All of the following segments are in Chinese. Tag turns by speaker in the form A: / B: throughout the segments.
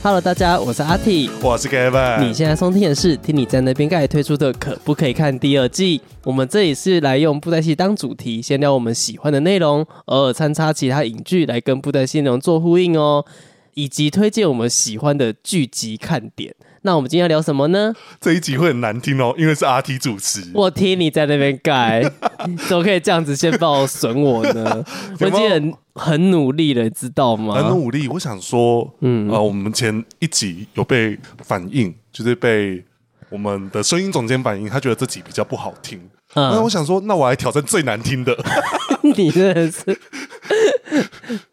A: Hello，大家，我是阿 T。
B: 我是 Kevin，
A: 你现在收听的是《听你在那边盖》推出的《可不可以看》第二季。我们这里是来用布袋戏当主题，闲聊我们喜欢的内容，偶尔参插其他影剧来跟布袋戏内容做呼应哦，以及推荐我们喜欢的剧集看点。那我们今天要聊什么呢？
B: 这一集会很难听哦，因为是 RT 主持。
A: 我听你在那边 盖，你怎么可以这样子先帮我损我呢？我已经很很努力了，你知道吗？
B: 很努力，我想说，嗯，呃，我们前一集有被反映，就是被我们的声音总监反映，他觉得这集比较不好听。
A: 嗯
B: 那我想说，那我来挑战最难听的。
A: 你真的是，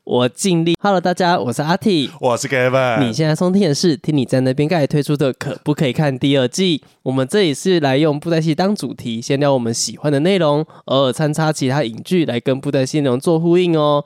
A: 我尽力。Hello，大家，我是阿 T。
B: 我是
A: 你
B: Kevin，
A: 现在收听的是《听你在那边盖》推出的《可不可以看》第二季。我们这里是来用布袋戏当主题，闲聊我们喜欢的内容，偶尔参插其他影剧来跟布袋戏内容做呼应哦，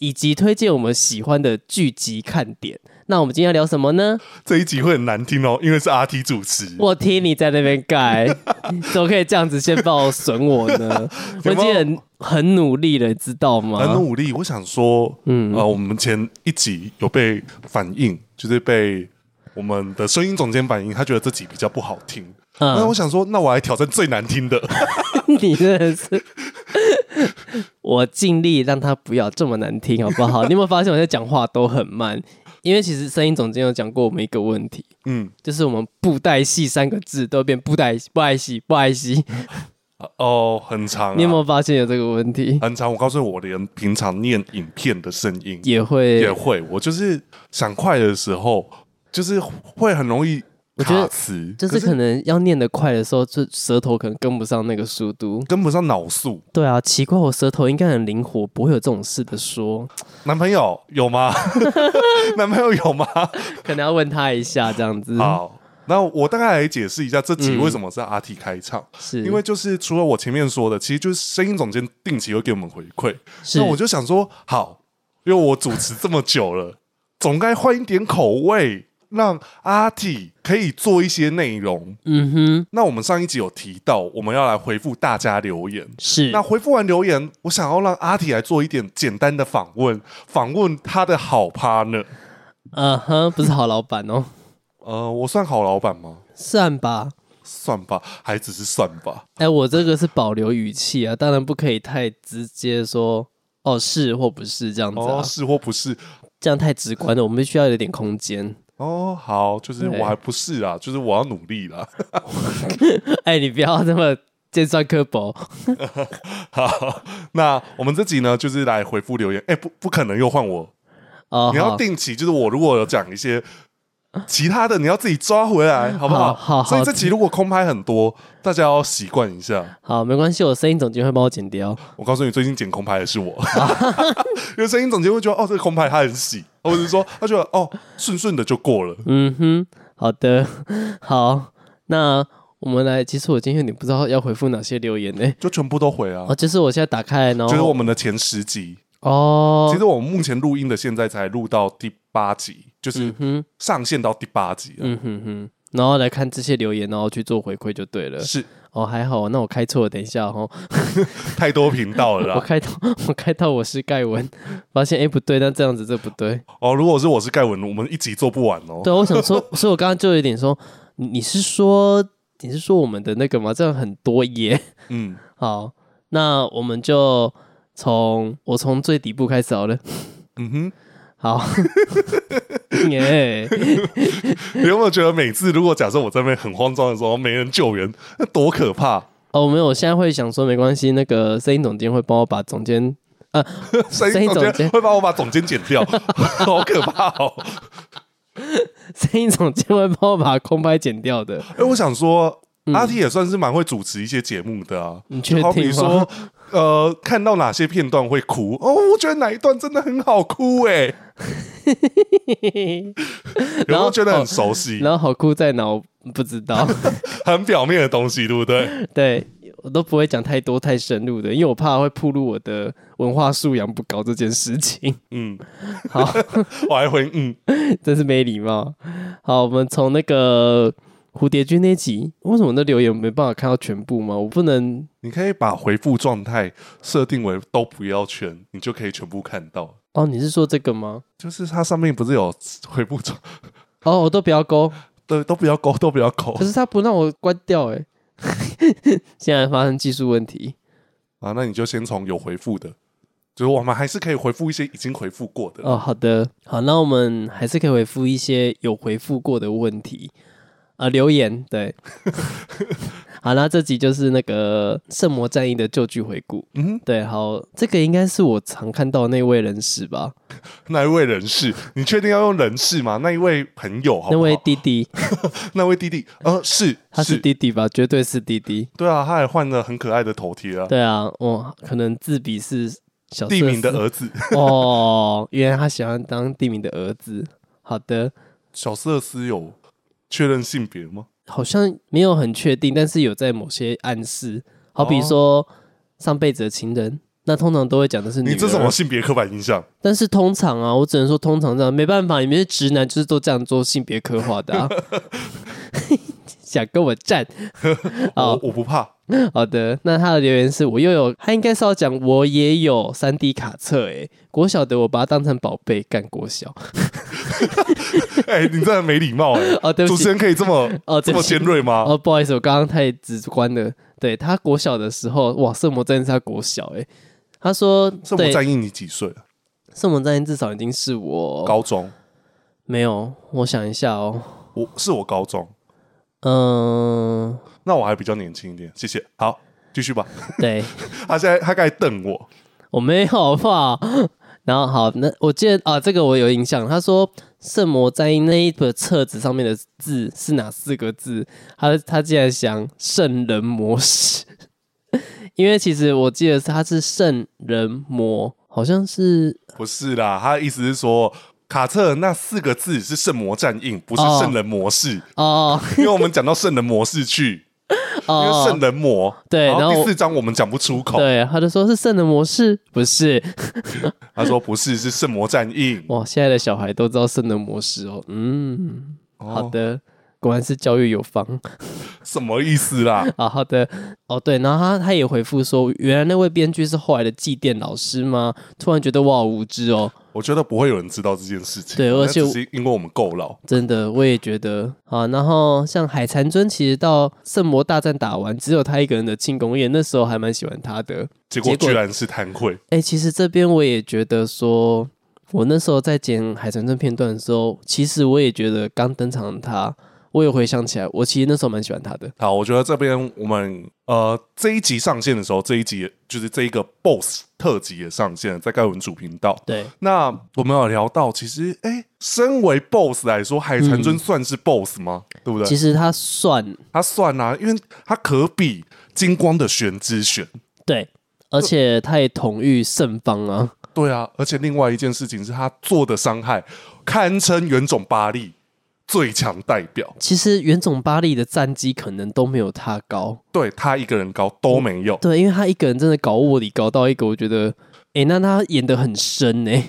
A: 以及推荐我们喜欢的剧集看点。那我们今天要聊什么呢？
B: 这一集会很难听哦，因为是 RT 主持。
A: 我听你在那边盖， 你怎么可以这样子先帮我损我呢？ 我已经很很努力了，你知道吗？
B: 很努力，我想说，嗯，呃，我们前一集有被反映，就是被我们的声音总监反映，他觉得这集比较不好听。
A: 嗯
B: 那我想说，那我来挑战最难听的。
A: 你真的 是，我尽力让他不要这么难听，好不好？你有没有发现我在讲话都很慢？因为其实声音总监有讲过我们一个问题，
B: 嗯，
A: 就是我们布袋戏三个字都变布袋不爱戏不爱戏，
B: 哦，很长、啊，
A: 你有没有发现有这个问题？
B: 很长，我告诉你，我连平常念影片的声音
A: 也会，
B: 也会，我就是想快的时候，就是会很容易
A: 觉得
B: 卡词，
A: 就是
B: 是
A: 可能要念得快的时候，就舌头可能跟不上那个速度。
B: 跟不上脑速。
A: 对啊，奇怪，我舌头应该很灵活，不会有这种事的说，
B: 男朋友 有吗？男朋友有吗？
A: 可能要问他一下这样子。
B: 好，那我大概来解释一下这集为什么是阿 T 开唱，
A: 嗯是
B: 因为就是除了我前面说的，其实就是声音总监定期会给我们回馈，
A: 是
B: 那我就想说，好，因为我主持这么久了， 总该换一点口味，让阿 T 可以做一些内容。
A: 嗯哼，
B: 那我们上一集有提到，我们要来回复大家留言。
A: 是
B: 那回复完留言，我想要让阿 T 来做一点简单的访问，访问他的好 partner。
A: 嗯哼，不是好老板哦，
B: 呃，我算好老板吗？
A: 算吧。
B: 算吧，还只是算吧。
A: 哎，我这个是保留语气啊，当然不可以太直接说哦是或不是这样子啊，
B: 哦，是或不是？
A: 这样太直观了，我们必须要有点空间。
B: 哦，好，就是
A: 对
B: 我还不是啊，就是我要努力啦。
A: 哎，你不要这么尖酸刻薄。
B: 好，那我们这集呢，就是来回复留言。哎、不，不可能又换我。
A: 哦，
B: 你要
A: 好
B: 定期，就是我如果有讲一些其他的，你要自己抓回来，好不好？
A: 好好
B: 所以
A: 好
B: 这集如果空拍很多，大家要习惯一下。
A: 好，没关系，我声音总监会帮我剪掉。
B: 我告诉你，最近剪空拍的是 我，因为声音总监会觉得哦，这个空拍他很喜，或者是说他觉得哦，顺顺的就过了。
A: 嗯哼，好的， 好，那我们来，其实我今天有点不知道要回复哪些留言呢、
B: 就全部都回啊
A: 哦，，就是我现在打开，然后
B: 就是我们的前十集。
A: 哦
B: 其，实我们目前录音的现在才录到第八集，就是
A: 嗯哼，
B: 上线到第八集了。
A: 嗯哼哼，然后来看这些留言，然后去做回馈就对了。
B: 是
A: 哦，还好，那我开错了，等一下哦，
B: 太多频道 了
A: 我
B: 啦。
A: 开到我开到我是盖文，发现哎、诶不对，那这样子这不对。
B: 哦，如果是我是盖文，我们一集做不完哦。
A: 对啊，我想说， 所以我刚刚就有点说，你你是说你是说我们的那个吗？这样很多耶。
B: 嗯，
A: 好，那我们就从我从最底部开始好了。
B: 嗯哼，
A: 好，耶、
B: 你有没有觉得每次如果假设我在那边很慌张的时候没人救援，那多可怕？
A: 哦，没有，我现在会想说没关系，那个声音总监会帮我把总监
B: 声音
A: 总
B: 总
A: 监
B: 监会把我把总监剪 掉，好可怕哦！
A: 声音总监会帮我把空拍剪掉的。
B: 哎，我想说，阿 T 也算是蛮会主持一些节目的啊。
A: 嗯你确定吗
B: 好比说，呃，看到哪些片段会哭？哦，我觉得哪一段真的很好哭哎、
A: 然
B: 有没
A: 后哦
B: 有觉得很熟悉？
A: 然后好哭在哪？我不知道。
B: 很表面的东西，对 不对？
A: 对我都不会讲太多太深入的，因为我怕会暴露我的文化素养不高这件事情。
B: 嗯，
A: 好，
B: 我还回嗯，
A: 真是没礼貌。好，我们从那个蝴蝶君那集，为什么那留言没办法看到全部吗？我不能
B: 你可以把回复状态设定为都不要圈，你就可以全部看到。
A: 哦，你是说这个吗？
B: 就是它上面不是有回复状，
A: 哦，我都不要勾，
B: 对，都不要勾，都不要勾
A: 可是他不让我关掉哎、 现在发生技术问题，
B: 啊。那你就先从有回复的，就是我们还是可以回复一些已经回复过的。
A: 哦，好的，好，那我们还是可以回复一些有回复过的问题，啊、留言 对。好，那这集就是那个圣魔战役的旧剧回顾。
B: 嗯哼，
A: 对，好，这个应该是我常看到的那位人士吧，
B: 那一位人士，你确定要用人士吗？那一位朋友，好不
A: 那
B: 好
A: 位弟 弟，
B: 那位弟弟，呃，是
A: 他是弟弟吧？绝对是弟弟。
B: 对啊，他还换了很可爱的头贴啊，
A: 对啊，哦，可能自比是小
B: 地名的
A: 瑟
B: 儿子
A: 斯哦，原来他喜欢当地名的儿子。好的，
B: 小瑟斯有确认性别吗？
A: 好像没有很确定，但是有在某些暗示，好
B: 哦
A: 比说、上辈子的情人，那通常都会讲的是女
B: 你这什么
A: 儿。
B: 性别刻板印象？
A: 但是通常啊，我只能说通常这样，没办法，你们是直男就是都这样做性别刻画的、啊。 想跟我战？
B: 我
A: 好
B: 我不怕，
A: 好的，那他的留言是我又有，他应该是要讲我也有三 D 卡册诶、国小的我把它当成宝贝干国小。。
B: 哎，你真的没礼貌哎
A: 哦，对不
B: 主
A: 起
B: 持，人可以这么
A: 哦，
B: 这
A: 对
B: 么
A: 不起
B: 尖，锐吗？
A: 哦，不好意思，我刚刚太直观了。对他国小的时候，哇，圣魔战士他国小哎、他说
B: 圣母
A: 对，
B: 战役你几岁？
A: 圣魔战士至少已经是我
B: 高中，
A: 没有，我想一下哦，
B: 我是我高中，
A: 嗯，
B: 那我还比较年轻一点，谢谢。好，继续吧。
A: 对，
B: 他现在他刚才瞪我，
A: 我没有，好不好？然后好，那我记得啊，这个我有印象。他说《圣魔战役》那一本册子上面的字是哪四个字？他他竟然想圣人模式， 因为其实我记得是他是圣人魔，好像是
B: 不是啦，他的意思是说。卡特那四个字是圣魔战印，不是
A: 哦
B: 圣人模式，
A: 哦
B: 因为我们讲到圣人模 式去，因为圣
A: 哦，
B: 人魔，
A: 对然后
B: 第
A: 我
B: 四章我们讲不出口，
A: 对，他就说是圣人模式，不是
B: 他说不是，是圣魔战印。
A: 哇，现在的小孩都知道圣人模式哦，嗯，好
B: 哦，
A: 的，果然是教育有方。
B: 什么意思啦？
A: 啊，好的，哦对，然后他他也回复说，原来那位编剧是后来的祭奠老师吗？突然觉得我好无知哦，
B: 我觉得不会有人知道这件事情，
A: 对
B: 那
A: 而且
B: 只是因为我们够老，
A: 真的，我也觉得啊。然后像海蟾尊，其实到圣魔大战打完，只有他一个人的庆功宴，那时候还蛮喜欢他的。
B: 结果
A: 结果
B: 居然是贪会，
A: 哎，其实这边我也觉得说，我那时候在剪海蟾尊片段的时候，其实我也觉得刚登场的他，我也回想起来，我其实那时候蛮喜欢他的。
B: 好，我觉得这边我们呃这一集上线的时候，这一集也就是这一个 BOSS 特辑也上线了，在盖文主频道。
A: 对，
B: 那我们有聊到，其实哎、诶身为 BOSS 来说，海蟾尊算是 BOSS 吗？对不
A: 其
B: 对？
A: 实他算
B: 他算啊，因为他可比金光的玄之玄。
A: 对，而且他也统御圣方啊。
B: 对啊，而且另外一件事情是他做的伤害，堪称原种巴力最强代表。
A: 其实原种巴利的战绩可能都没有他高，
B: 对他一个人高都没有，
A: 对，因为他一个人真的搞卧底搞到一个，我觉得，诶，那他演的很深呢、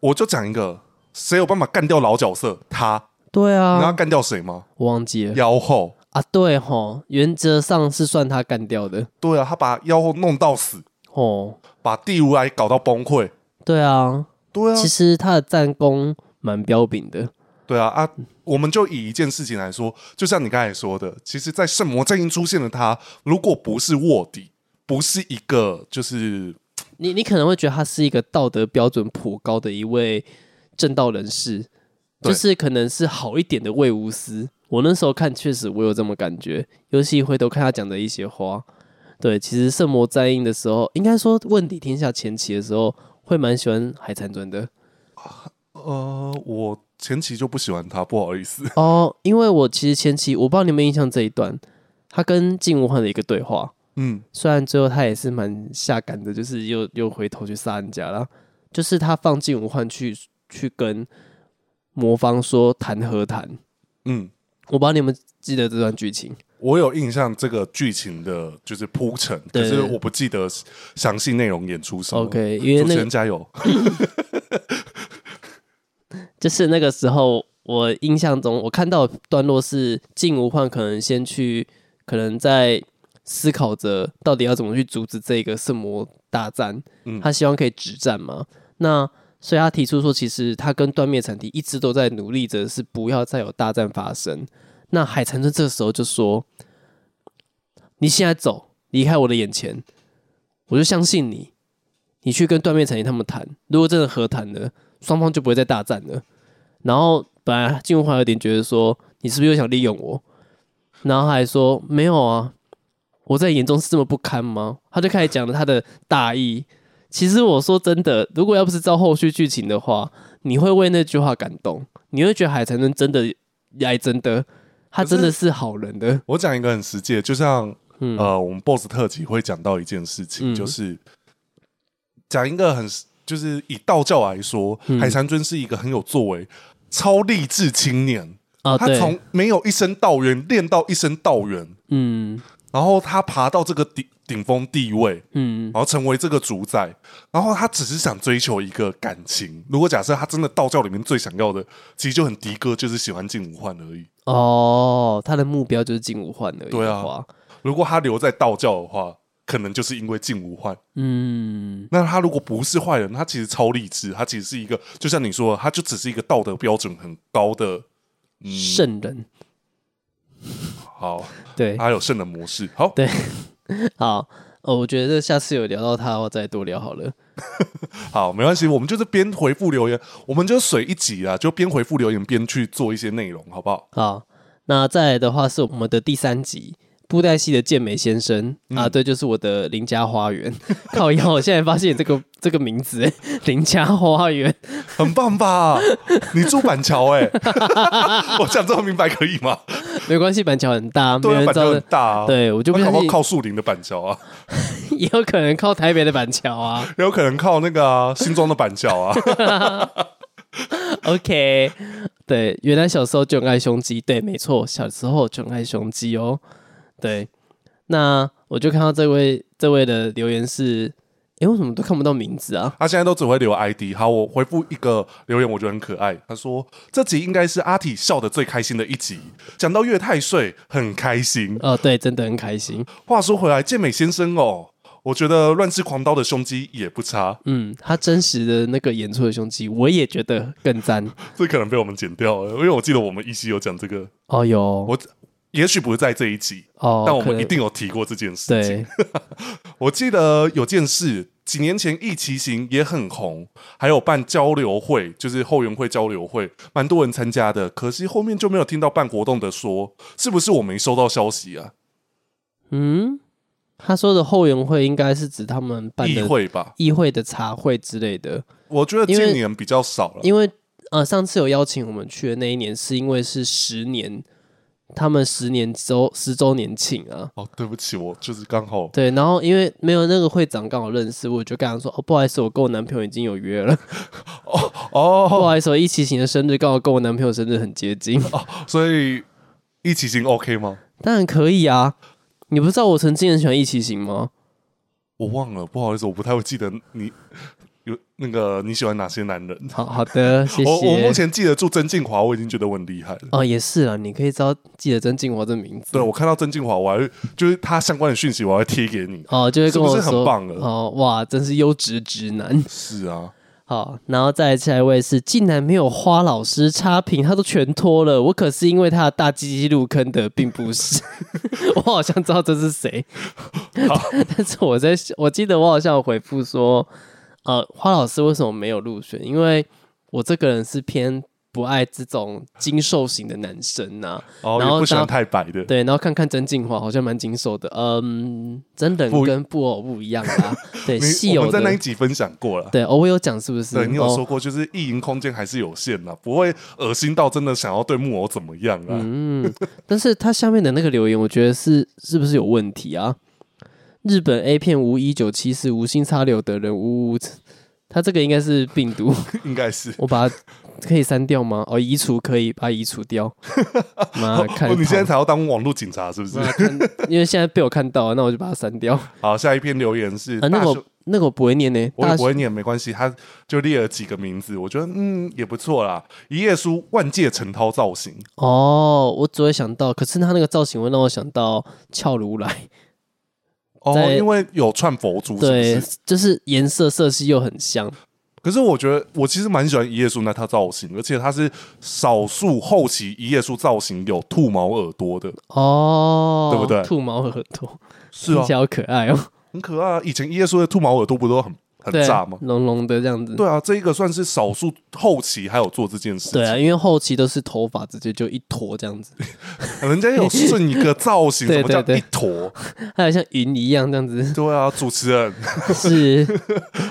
B: 我就讲一个，谁有办法干掉老角色？他，
A: 对
B: 你知道他
A: 啊，
B: 干掉谁吗？
A: 我忘记了
B: 妖后。
A: 啊，对吼，原则上是算他干掉的
B: 对啊，他把妖后弄到死，
A: 哦，
B: 把地无来搞到崩溃。
A: 对啊，
B: 对啊
A: 其，实他的战功蛮彪炳的，
B: 对啊啊！我们就以一件事情来说，就像你刚才说的，其实，在圣魔战役出现的他，如果不是卧底，不是一个就是
A: 你你可能会觉得他是一个道德标准颇高的一位正道人士，就
B: 对
A: 是可能是好一点的魏无私。我那时候看，确实我有这么感觉，尤其回头看他讲的一些话。对，其实圣魔战印的时候，应该说问鼎天下前期的时候，会蛮喜欢海参尊的
B: 呃，我前期就不喜欢他，不好意思。
A: 哦，因为我其实前期我不知道你们印象这一段，他跟静无患的一个对话，
B: 嗯，
A: 虽然最后他也是蛮下感的，就是又又回头去杀人家啦，就是他放进无患去去跟魔方说谈和谈，
B: 嗯，
A: 我不知道你们记得这段剧情，
B: 我有印象这个剧情的，就是铺陈，可
A: 对
B: 是我不记得详细内容演出什么。
A: OK，因为
B: 主持
A: 那
B: 人
A: 个
B: 加油！
A: 就是那个时候，我印象中我看到的段落是静无患可能先去，可能在思考着到底要怎么去阻止这个圣魔大战，
B: 嗯
A: 他希望可以止战嘛。那所以他提出说，其实他跟断灭产地一直都在努力着，是不要再有大战发生。那海城村这时候就说：“你现在走，离开我的眼前，我就相信你。你去跟断灭产地他们谈，如果真的和谈了，双方就不会再大战了。”然后本来金文华有点觉得说：“你是不是又想利用我？”然后还说：“没有啊，我在眼中是这么不堪吗？”他就开始讲了他的大意。其实我说真的，如果要不是照后续剧情的话，你会为那句话感动，你会觉得海才能真的来真的，他真的是好人的。
B: 我讲一个很实际的，就像、呃，我们 BOSS 特辑会讲到一件事情，
A: 嗯
B: 就是讲一个很就是以道教来说，
A: 嗯
B: 海山尊是一个很有作为、超励志青年。
A: 啊，
B: 他
A: 对，
B: 从没有一身道员练到一身道员，
A: 嗯
B: 然后他爬到这个顶顶峰地位，
A: 嗯
B: 然后成为这个主宰，然后他只是想追求一个感情。如果假设他真的道教里面最想要的，其实就很的哥，就是喜欢进武幻而已。
A: 哦，他的目标就是金武焕而已。
B: 对啊，如果他留在道教的话，可能就是因为进武幻。
A: 嗯
B: 那他如果不是坏人，他其实超励志，他其实是一个，就像你说的，他就只是一个道德标准很高的。嗯
A: 圣人，
B: 好，
A: 对，
B: 他有圣人模式。好，
A: 对 好。哦，我觉得下次有聊到他，我再多聊好了。
B: 好，没关系，我们就是边回复留言，我们就水一集啊，就边回复留言边去做一些内容，好不好？
A: 好，那再来的话是我们的第三集布袋戏的健美先生、
B: 嗯
A: 啊，对，就是我的邻家花园。 靠腰，我现在发现这个 这个名字，邻家花园，
B: 很 棒吧？你住板桥哎、 我讲这么明白可 以吗？
A: 没关系，板桥很大，没
B: 对啊，
A: 人
B: 板
A: 知
B: 桥
A: 道
B: 很
A: 的。
B: 大啊，
A: 对，我就不
B: 那
A: 相
B: 搞不好
A: 信，
B: 靠树林的板桥啊，
A: 也有可能靠台北的板桥啊。
B: 也有可能靠那个啊新庄的板桥啊。
A: OK，对，原来小时候就很爱胸肌，对，没错，小时候就很爱胸肌哦。对，那我就看到这位这位的留言是，诶，为什么都看不到名字啊？
B: 他现在都只会留 ID。好，我回复一个留言，我觉得很可爱。他说这集应该是阿体笑得最开心的一集，讲到月太岁很开心。
A: 哦，对，真的很开心。
B: 话说回来，健美先生哦，我觉得乱吃狂刀的胸肌也不差，
A: 嗯，他真实的那个演出的胸肌，我也觉得更赞。
B: 这可能被我们剪掉了，因为我记得我们依稀有讲这个，
A: 哦哟，
B: 我也许不是在这一集。
A: 哦，
B: 但我
A: 可
B: 们
A: 能
B: 一定有提过这件事情。
A: 对，
B: 我记得有件事，几年前一骑行也很红，还有办交流会，就是后援会交流会，蛮多人参加的。可惜后面就没有听到办活动的说，是不是我没收到消息啊？
A: 嗯，他说的后援会应该是指他们办
B: 议
A: 的
B: 会吧，
A: 议会的茶会之类的，
B: 我觉得
A: 因为
B: 近年比较少了。
A: 因为呃，上次有邀请我们去的那一年，是因为是十年，他们十年周十周年庆啊。
B: 哦，对不起，我就是刚好
A: 对，然后因为没有那个会长刚好认识，我就跟他说：“哦，不好意思，我跟我男朋友已经有约了。 不
B: 哦，
A: 好意思，我一起行的生日刚好跟我男朋友生日很接近。”
B: 所以一骑行 OK 吗？
A: 当然可以啊！你不知道我曾经很喜欢一起行吗？
B: 我忘了，不好意思，我不太会记得你有那个你喜欢哪些男人。
A: 好好的，谢
B: 我我目
A: 谢。
B: 前记得住曾静华，我已经觉得我很厉害了。
A: 哦，也是啊，你可以知道记得曾静华这名字。
B: 对，我看到曾静华，我还会就是他相关的讯息，我还会贴给你。
A: 哦，就会跟我说
B: 是不是很棒了
A: 哦，哇，真是优质直男。
B: 是啊，
A: 好，然后再来下一位是，竟然没有花老师差评，他都全脱了。我可是因为他的大鸡鸡入坑的，并不是。 我好像知道这是谁， 但是我在我记得我好像有回复说，呃，花老师为什么没有入选？因为我这个人是偏不爱这种精瘦型的男生呐、
B: 哦，
A: 然后
B: 也不喜欢
A: 当
B: 太白的。
A: 对，然后看看曾静华好像蛮精瘦的，嗯，真人
B: 不一
A: 跟布偶不一样啦。对，
B: 你
A: 戏
B: 我
A: 偶
B: 们在那一
A: 的。
B: 集分享过了。
A: 对，哦，我有讲是不是？
B: 对你有
A: 哦
B: 说过，就是意淫空间还是有限的，不会恶心到真的想要对木偶怎么样啊？
A: 嗯，但是他下面的那个留言，我觉得是是不是有问题啊？日本 A 片无一九七四无心插柳的人无无，他这个应该是病 毒，
B: 应该是。
A: 我把它可以删掉吗？哦，移除可以，把它移除掉。 妈，看
B: 哦，你现在
A: 跑
B: 才要当网络警察是不是？
A: 妈看因为现在被我看到了，那我就把它删掉。啊，
B: 好，下一篇留言是
A: 那
B: 大
A: 个
B: 熊
A: 我那个我不会念呢，
B: 哎我
A: 大
B: 也不会念，没关系。他就列了几个名字，我觉得嗯也不错啦。一页书万界陈涛造型，
A: 哦，我只会想到，可是他那个造型会让我想到俏如来。
B: 哦，
A: 在
B: 因为有串佛珠，是不
A: 对
B: 是？，
A: 就是颜色色系又很像，
B: 可是我觉得我其实蛮喜欢一页树那套造型，而且它是少数后期一页树造型有兔毛耳朵的，
A: 哦，
B: 对不对
A: 兔毛耳朵，
B: 是啊
A: 听起，来好可爱哦，
B: 很可爱啊。以前一页树的兔毛耳朵不都很 很
A: 对啊
B: 炸吗，？
A: 浓浓的这样子。
B: 对啊，这一个算是少数后期还有做这件事情
A: 对，啊，因为后期都是头发直接就一坨这样 子，
B: 人家有顺一个造型，
A: 对
B: 什么叫
A: 对对
B: 一坨？
A: 还有像云一样这样 子，
B: 对啊，主持人，
A: 是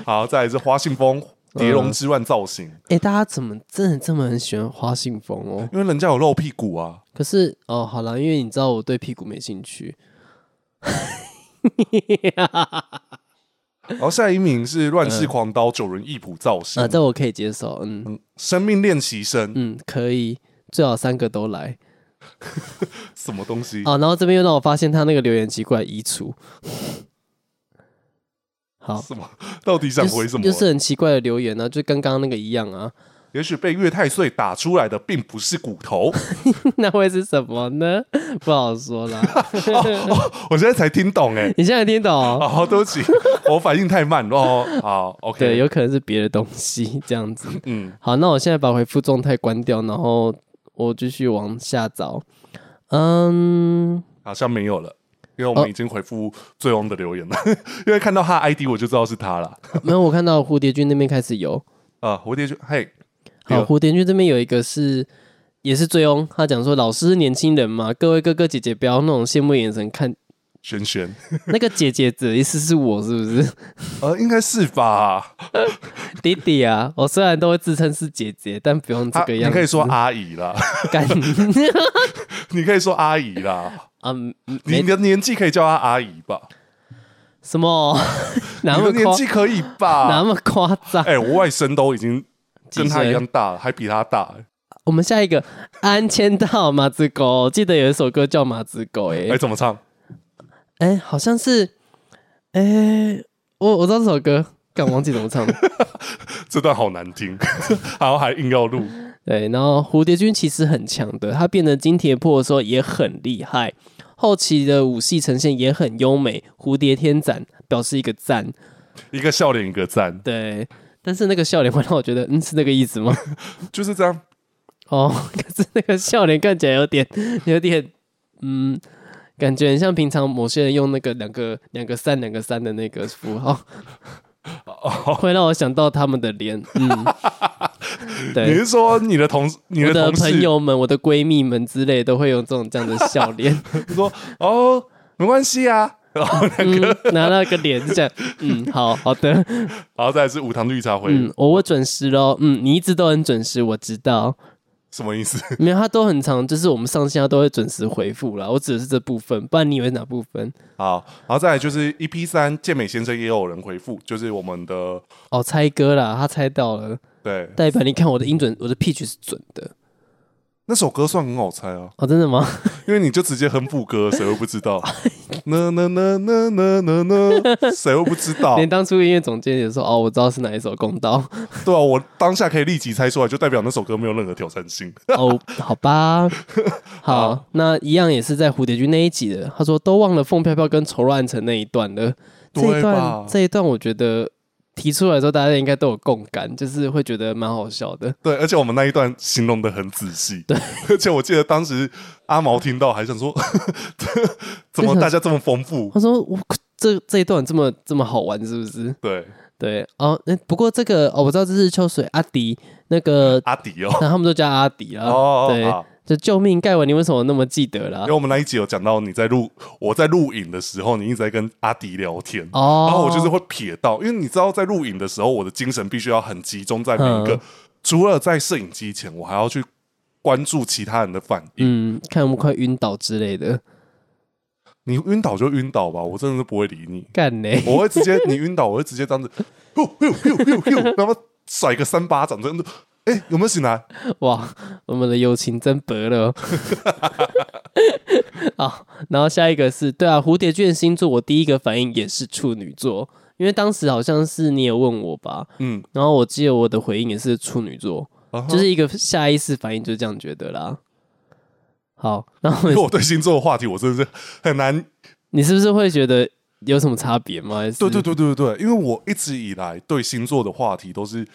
B: 好，再来是花信风蝶龙之乱造型，
A: 哎、大家怎么真的这么很喜欢花信风哦？
B: 因为人家有露屁股 啊，
A: 可是哦，好啦，因为你知道我对屁股没兴趣，
B: 然后下一名是乱世狂刀九人一仆造型
A: 啊，，嗯这我可以接受，嗯
B: 嗯生命练习生
A: 嗯，可以，最好三个都来
B: 什么东西？
A: 哦。然后这边又让我发现他那个留言奇怪，移 除。好，
B: 什么？ 到底想回什么？
A: 就是？就是很奇怪的留言呢、啊，就跟刚刚那个一样啊。
B: 也许被岳太岁打出来的并不是骨头。
A: 那会是什么呢？不好说啦。
B: 我现在才听懂 哎、
A: 你现在听懂哦？
B: 好，对不起， 我反应太慢哦。好，OK，
A: 对，有可能是别的东西 这样子。
B: 嗯，
A: 好，那我现在把回复状态关掉，然后我继续往下找。嗯，
B: 好像没有了。因为我们已经回复醉翁的留言了， 因为看到他的 ID 我就知道是他了。
A: 没有，我看到蝴蝶君那边开始有。
B: 啊，蝴蝶君，嘿，
A: 好，
B: 有
A: 蝴蝶君这边有一个是也是醉翁，他讲说老师是年轻人嘛，各位哥哥姐姐不要那种羡慕眼神看。
B: 璇璇，
A: 那个姐姐指的意思是我是不是？
B: 呃，应该是吧？
A: 弟弟啊，我虽然都会自称是姐姐，但不用这
B: 他
A: 个
B: 啊你
A: 样子。
B: 可以说阿姨啦，
A: 干
B: 你可以说阿姨啦，
A: 啊，嗯
B: 你
A: 没
B: 的年纪可以叫她阿姨吧？
A: 什 么，哪那
B: 你的
A: 么
B: 年
A: 夸
B: 纪啊可以
A: 哪那
B: 吧？
A: 么夸张？
B: 哎，我外甥都已经跟他
A: 几岁
B: 一样大了，还比他大。哎
A: 我们下一个安签到马子狗，记得有一首歌叫马子狗、欸，
B: 哎，
A: 哎、
B: 怎么唱？
A: 好像是，哎、我我知道这首歌，但我忘记怎么唱了。
B: 这段好难听， 然后还硬要录。
A: 对，然后蝴蝶君其实很强的，他变得金铁破的时候也很厉害，后期的武戏呈现也很优美，蝴蝶天斩表示一个赞，
B: 一个笑脸一个赞，
A: 对。但是那个笑脸会让我觉得，嗯，是那个意思吗？
B: 就是这样。
A: 哦， 可是那个笑脸看起来有点， 有点，嗯，感觉很像平常某些人用那个两个两个三两个三的那个符号，
B: 哦
A: 会让我想到他们的脸。 嗯，
B: 你
A: 对，
B: 是说你的同你
A: 哎我的
B: 同
A: 朋
B: 事
A: 友们、我的闺蜜们之类都会用这种这样的笑 脸，
B: 说哦，没关系啊。
A: 嗯，拿那个脸这样，嗯，好好的，
B: 然后再来是无糖绿茶回、
A: 嗯，我会准时喽，嗯，你一直都很准时，我知道，
B: 什么意思？
A: 没有，他都很长，就是我们上线他都会准时回复啦，我指的是这部分，不然你以为哪部分？
B: 好，然后再来就是 EP 三健美先生也有人回复，就是我们的
A: 哦，猜歌啦，他猜到了，
B: 对
A: 代表你看我的音
B: 嗯
A: 准，我的 pitch 是准的
B: 那首歌算很好猜啊，
A: 哦，真的吗？
B: 因为你就直接哼副歌，谁会不 知道？呢呢呢呢呢呢呢，谁会不知 道？
A: 连当初音乐总监也说，哦，我知道是哪一首公 道
B: 对啊，我当下可以立即猜出来，就代表那首歌没有任何挑战性。
A: 哦，好吧，好，那一样也是在蝴蝶君那一集的，他说都忘了凤飘飘跟仇乱城那一段了，这一
B: 对吧
A: 段这一段我觉得。提出来之后，大家应该都有共感，就是会觉得蛮好笑的。
B: 对，而且我们那一段形容的很仔细。对，而且我记得当时阿毛听到还想说， 这怎么大家这么丰富？
A: 他说：“我这这一段这么这么好玩，是不是
B: 对，？”
A: 对哦，那不过这个哦，我知道这是秋水阿迪那个
B: 阿迪哦，
A: 那他们都叫阿迪啦。
B: 哦，
A: 对，
B: 好
A: 就救命盖文，你为什么那么记得啦
B: 因为？我们那一集有讲到你在录，我在录影的时候，你一直在跟阿迪聊天。
A: 哦
B: 然后我就是会瞥到，因为你知道，在录影的时候，我的精神必须要很集中在每一个，
A: 嗯
B: 除了在摄影机前，我还要去关注其他人的反应。
A: 嗯，看我们快晕倒之类 的，
B: 你晕倒就晕倒吧，我真的是不会理你，
A: 干嘞！
B: 我会直接你晕倒，我会直接这样子， 呼呼呼呼呼，然后甩个三巴掌，真的，哎，有没有醒来？
A: 哇，我们的友情真薄 了。好，然后下一个是对啊，蝴蝶君的星座，我第一个反应也是处女座，因为当时好像是你也问我吧，
B: 嗯，
A: 然后我记得我的回应也是处女座，
B: 啊哈
A: 就是一个下意识反应，就这样觉得啦。好，然后
B: 因为我对星座的话题，我真的是很难
A: 你是不是会觉得有什么差别吗？还是
B: 对对对对对，因为我一直以来对星座的话题都是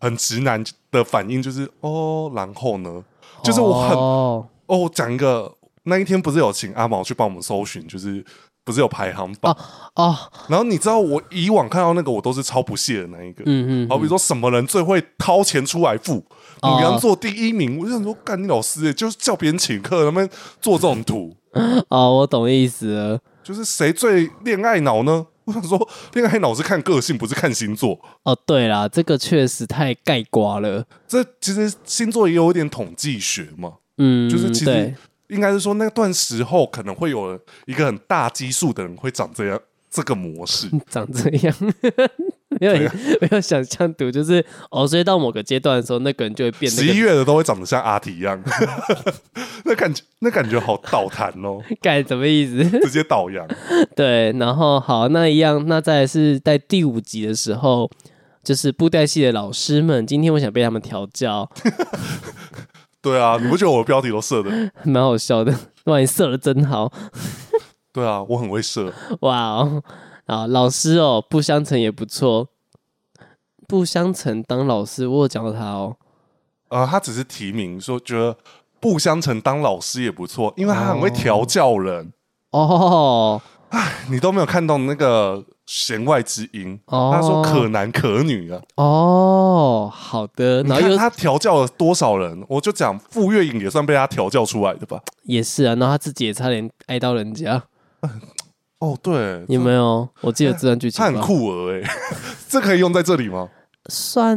B: 很直男的反应就是哦，然后呢，就是我很
A: 哦
B: 哦，我讲一个，那一天不是有请阿毛去帮我们搜寻，就是不是有排行榜？
A: 哦，
B: 然后你知道我以往看到那个，我都是超不屑的那一个。
A: 嗯嗯，
B: 好比说什么人最会掏钱出来付，
A: 哦
B: 母羊座第一名，我就想说，干你老师、欸，就是叫别人请客，他们做这种图，
A: 哦，我懂意思了。
B: 就是谁最恋爱脑呢？我想说，恋爱脑是看个性，不是看星座。
A: 哦，对啦，这个确实太盖瓜了。
B: 这其实星座也有一点统计学嘛，
A: 嗯，
B: 就是其实
A: 对
B: 应该是说那段时候可能会有一个很大基数的人会长这样这个模式。
A: 长这样， 没有
B: 啊
A: 没有想象图，就是哦，所以到某个阶段的时候，那个人就会变那
B: 十一
A: 个
B: 月的都会长得像阿提一样， 那感觉那感觉好倒弹哦，
A: 盖什么意思？
B: 直接倒羊。
A: 对，然后好，那一样，那再来是在第五集的时候，就是布袋戏的老师们，今天我想被他们调教，
B: 对啊，你不觉得我的标题都设的？
A: 蛮好笑的。 哇，你射的真好，
B: 对啊，我很会设。
A: 哇哦！啊，老师哦，不相成也不错。不相成当老师，我有讲到他哦。
B: 呃，他只是提名说觉得不相成当老师也不错，因为他很会调教人。
A: 哦
B: 你都没有看到那个弦外之音，
A: 哦，
B: 他说可男可女啊。
A: 哦，好的，
B: 你
A: 然后
B: 看
A: 又
B: 他调教了多少人？我就讲傅月影也算被他调教出来的吧。
A: 也是啊，然后他自己也差点爱到人家，
B: 哦，对，
A: 有没有？我记得这段剧情
B: 他
A: 吧，
B: 很酷儿哎、这可以用在这里吗？
A: 算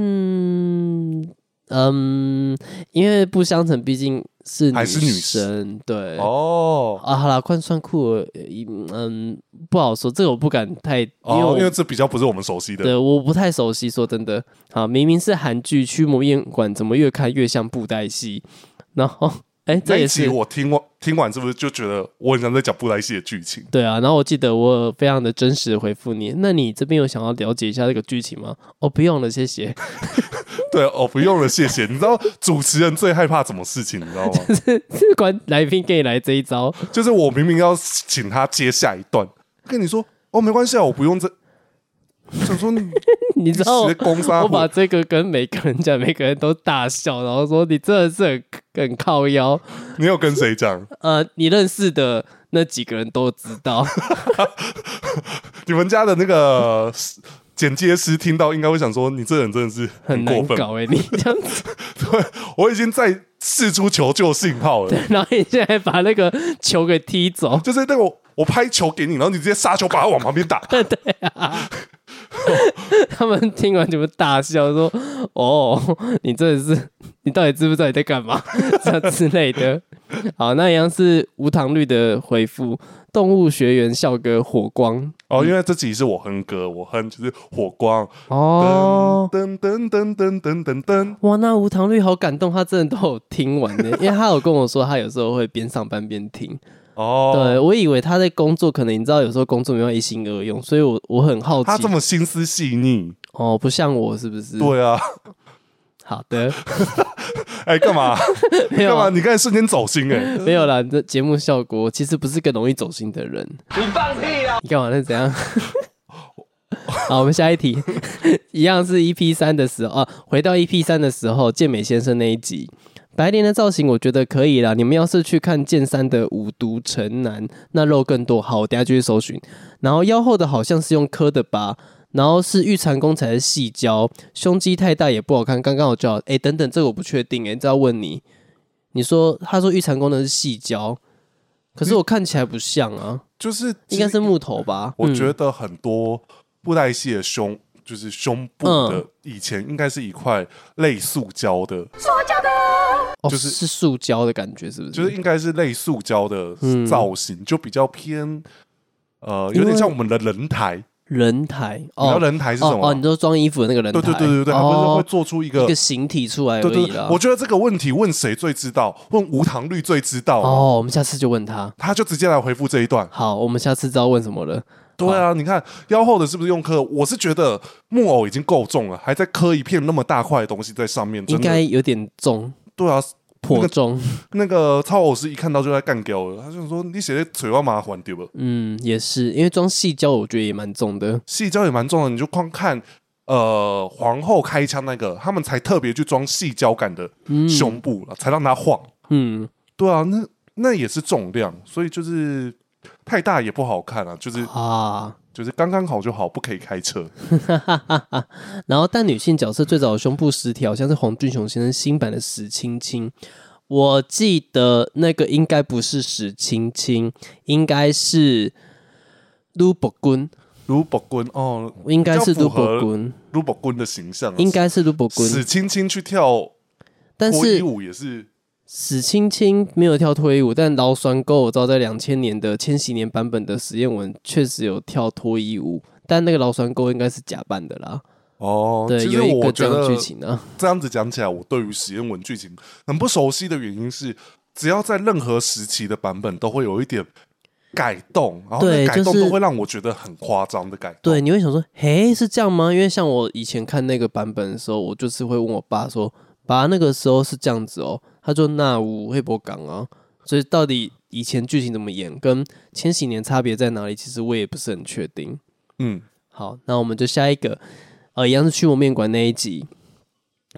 A: 嗯，因为不相成毕竟是
B: 还是女
A: 生，对。
B: 哦
A: 啊，好啦，算算酷了，嗯，不好说，这个我不敢太，因为
B: 哦
A: 我，
B: 因为这比较不是我们熟悉的。
A: 对，我不太熟悉，说真的。好，明明是韩剧《驱魔宴馆》，怎么越看越像布袋戏？然后， 哎，
B: 那
A: 这
B: 一
A: 也
B: 集
A: 是
B: 我听完听完，是不是就觉得我很像在讲布莱希的剧情？
A: 对啊。然后我记得我有非常的真实的回复你，那你这边有想要了解一下这个剧情吗？哦，不用了，谢谢。
B: 对哦，不用了，谢谢。你知道主持人最害怕什么事情？你知道 吗？
A: 这关来宾给你来这一招，
B: 就是我明明要请他接下一段，跟你说哦，没关系啊，我不用这。我想说你
A: 你知道
B: 直接攻杀
A: 我把
B: 我，
A: 这个跟每个人讲，每个人都大笑，然后说你真的是很很靠腰。
B: 你有跟谁讲？
A: 呃，你认识的那几个人都知道，
B: 你们家的那个剪接师听到，应该会想说你这人真的是
A: 很
B: 过
A: 难
B: 分。
A: 搞哎、你这样子。
B: 我已经在试出求救信号了，
A: 然后你现在把那个球给踢走，
B: 就是那个我我拍球给你，然后你直接杀球把它往旁边打。
A: 他们听完全部大笑说：“哦，你真的是，你到底知不知道你在干嘛？” 这样之类的。好，那一样是无糖绿的回复，动物学园校歌火光
B: 哦，因为这集是我哼歌，我哼就是火光，
A: 哦。
B: 噔噔噔噔噔噔噔，
A: 哇，那无糖绿好感动，他真的都有听完呢，因为他有跟我说，他有时候会边上班边听。
B: 哦，
A: 对我以为他在工作，可能你知道，有时候工作没办法一心二用，所以我我很好
B: 他
A: 奇
B: 这，么心思细腻，
A: 哦，不像我是不是？，
B: 对啊，
A: 好 的，
B: 哎，干嘛
A: 没有
B: 干
A: 啊
B: 嘛？你刚才瞬间走心哎，
A: 没有啦，这节目效果我其实不是个容易走心的人。你放屁啊！你干嘛？那怎样？ 好，我们下一题， 一样是 EP 三的时候啊，回到 EP 三的时候，健美先生那一集，白莲的造型我觉得可以啦。你们要是去看剑三的五毒城南，那肉更多。好，我等一下就去搜寻。然后腰后的好像是用磕的吧，然后是玉蟾宫才是细胶，胸肌太大也不好看。刚刚我就好，哎、等等，这个我不确定、哎，这要问你。你说他说玉蟾宫的是细胶，可
B: 嗯
A: 是我看起来不像啊，
B: 就是
A: 应该是木头吧？
B: 我
A: 嗯
B: 觉得很多布袋戏的胸，就是胸部
A: 嗯
B: 的，以前应该是一块类塑胶的，
A: 哦
B: 就是
A: 是塑胶的感觉，是不是？
B: 就是应该是类塑胶的
A: 嗯
B: 造型，就比较偏。呃，
A: 因为
B: 有点像我们的人台，
A: 人台
B: 你知道
A: 哦
B: 人台是什么
A: 哦哦，
B: 吗
A: 你？说装衣服的那个人台，
B: 对对对对对，它不是会
A: 哦，
B: 做出一
A: 一
B: 个
A: 个形体出来而
B: 对对
A: 已
B: 对
A: 啦。，
B: 我觉得这个问题问谁最知道？问无糖绿最知道。
A: 哦，我们下次就问他。
B: 他就直接来回复这一段。
A: 好，我们下次知道问什么了。
B: 对啊，你看腰后的是不是用磕？我是觉得木偶已经够重了，还在磕一片那么大块的东西在上面，真
A: 应
B: 的
A: 该有点重，
B: 对啊。
A: 颇重。
B: 那个超偶师一看到就在干掉了，他就想说：“你写的嘴巴麻还丢了，
A: 嗯，也是，因为装细胶我觉得也蛮重的。
B: 细胶也蛮重的，你就光看呃皇后开枪那个，他们才特别去装细胶感的胸部了，才让它晃。
A: 嗯，
B: 对啊，那那也是重量，所以就是太大也不好看啊，就是
A: 啊，
B: 就是刚刚好就好，不可以开车。
A: 然后但女性角色最早的胸部失调，像是黄俊雄先生新版的史青青，我记得那个应该不是史青青，应该是卢伯君，
B: 卢伯君哦，
A: 应该是
B: 比较
A: 卢
B: 符合
A: 伯君，
B: 卢伯君的形象、啊，
A: 应该是卢伯君，
B: 死青青去跳
A: 但
B: 脱衣
A: 是
B: 舞也是
A: 史青青没有跳脱衣舞，但劳酸沟我知道在两千年的千禧年版本的实验文确实有跳脱衣舞，但那个劳酸沟应该是假扮的啦。
B: 哦。
A: 对，
B: 其实
A: 有一
B: 我
A: 个这
B: 觉
A: 样的
B: 得
A: 剧情啊。
B: 这样子讲起来，我对于实验文剧情很不熟悉的原因是，只要在任何时期的版本都会有一点改动，然后那
A: 对
B: 改动
A: 就是
B: 都会让我觉得很夸张的改动。
A: 对，你会想说，嘿，是这样吗？因为像我以前看那个版本的时候，我就是会问我爸说，爸，那个时候是这样子哦。他说那我会播港啊，所以到底以前剧情怎么演，跟千禧年差别在哪里？其实我也不是很确定。
B: 嗯，
A: 好，那我们就下一个，呃，一样是驱魔面馆那一集，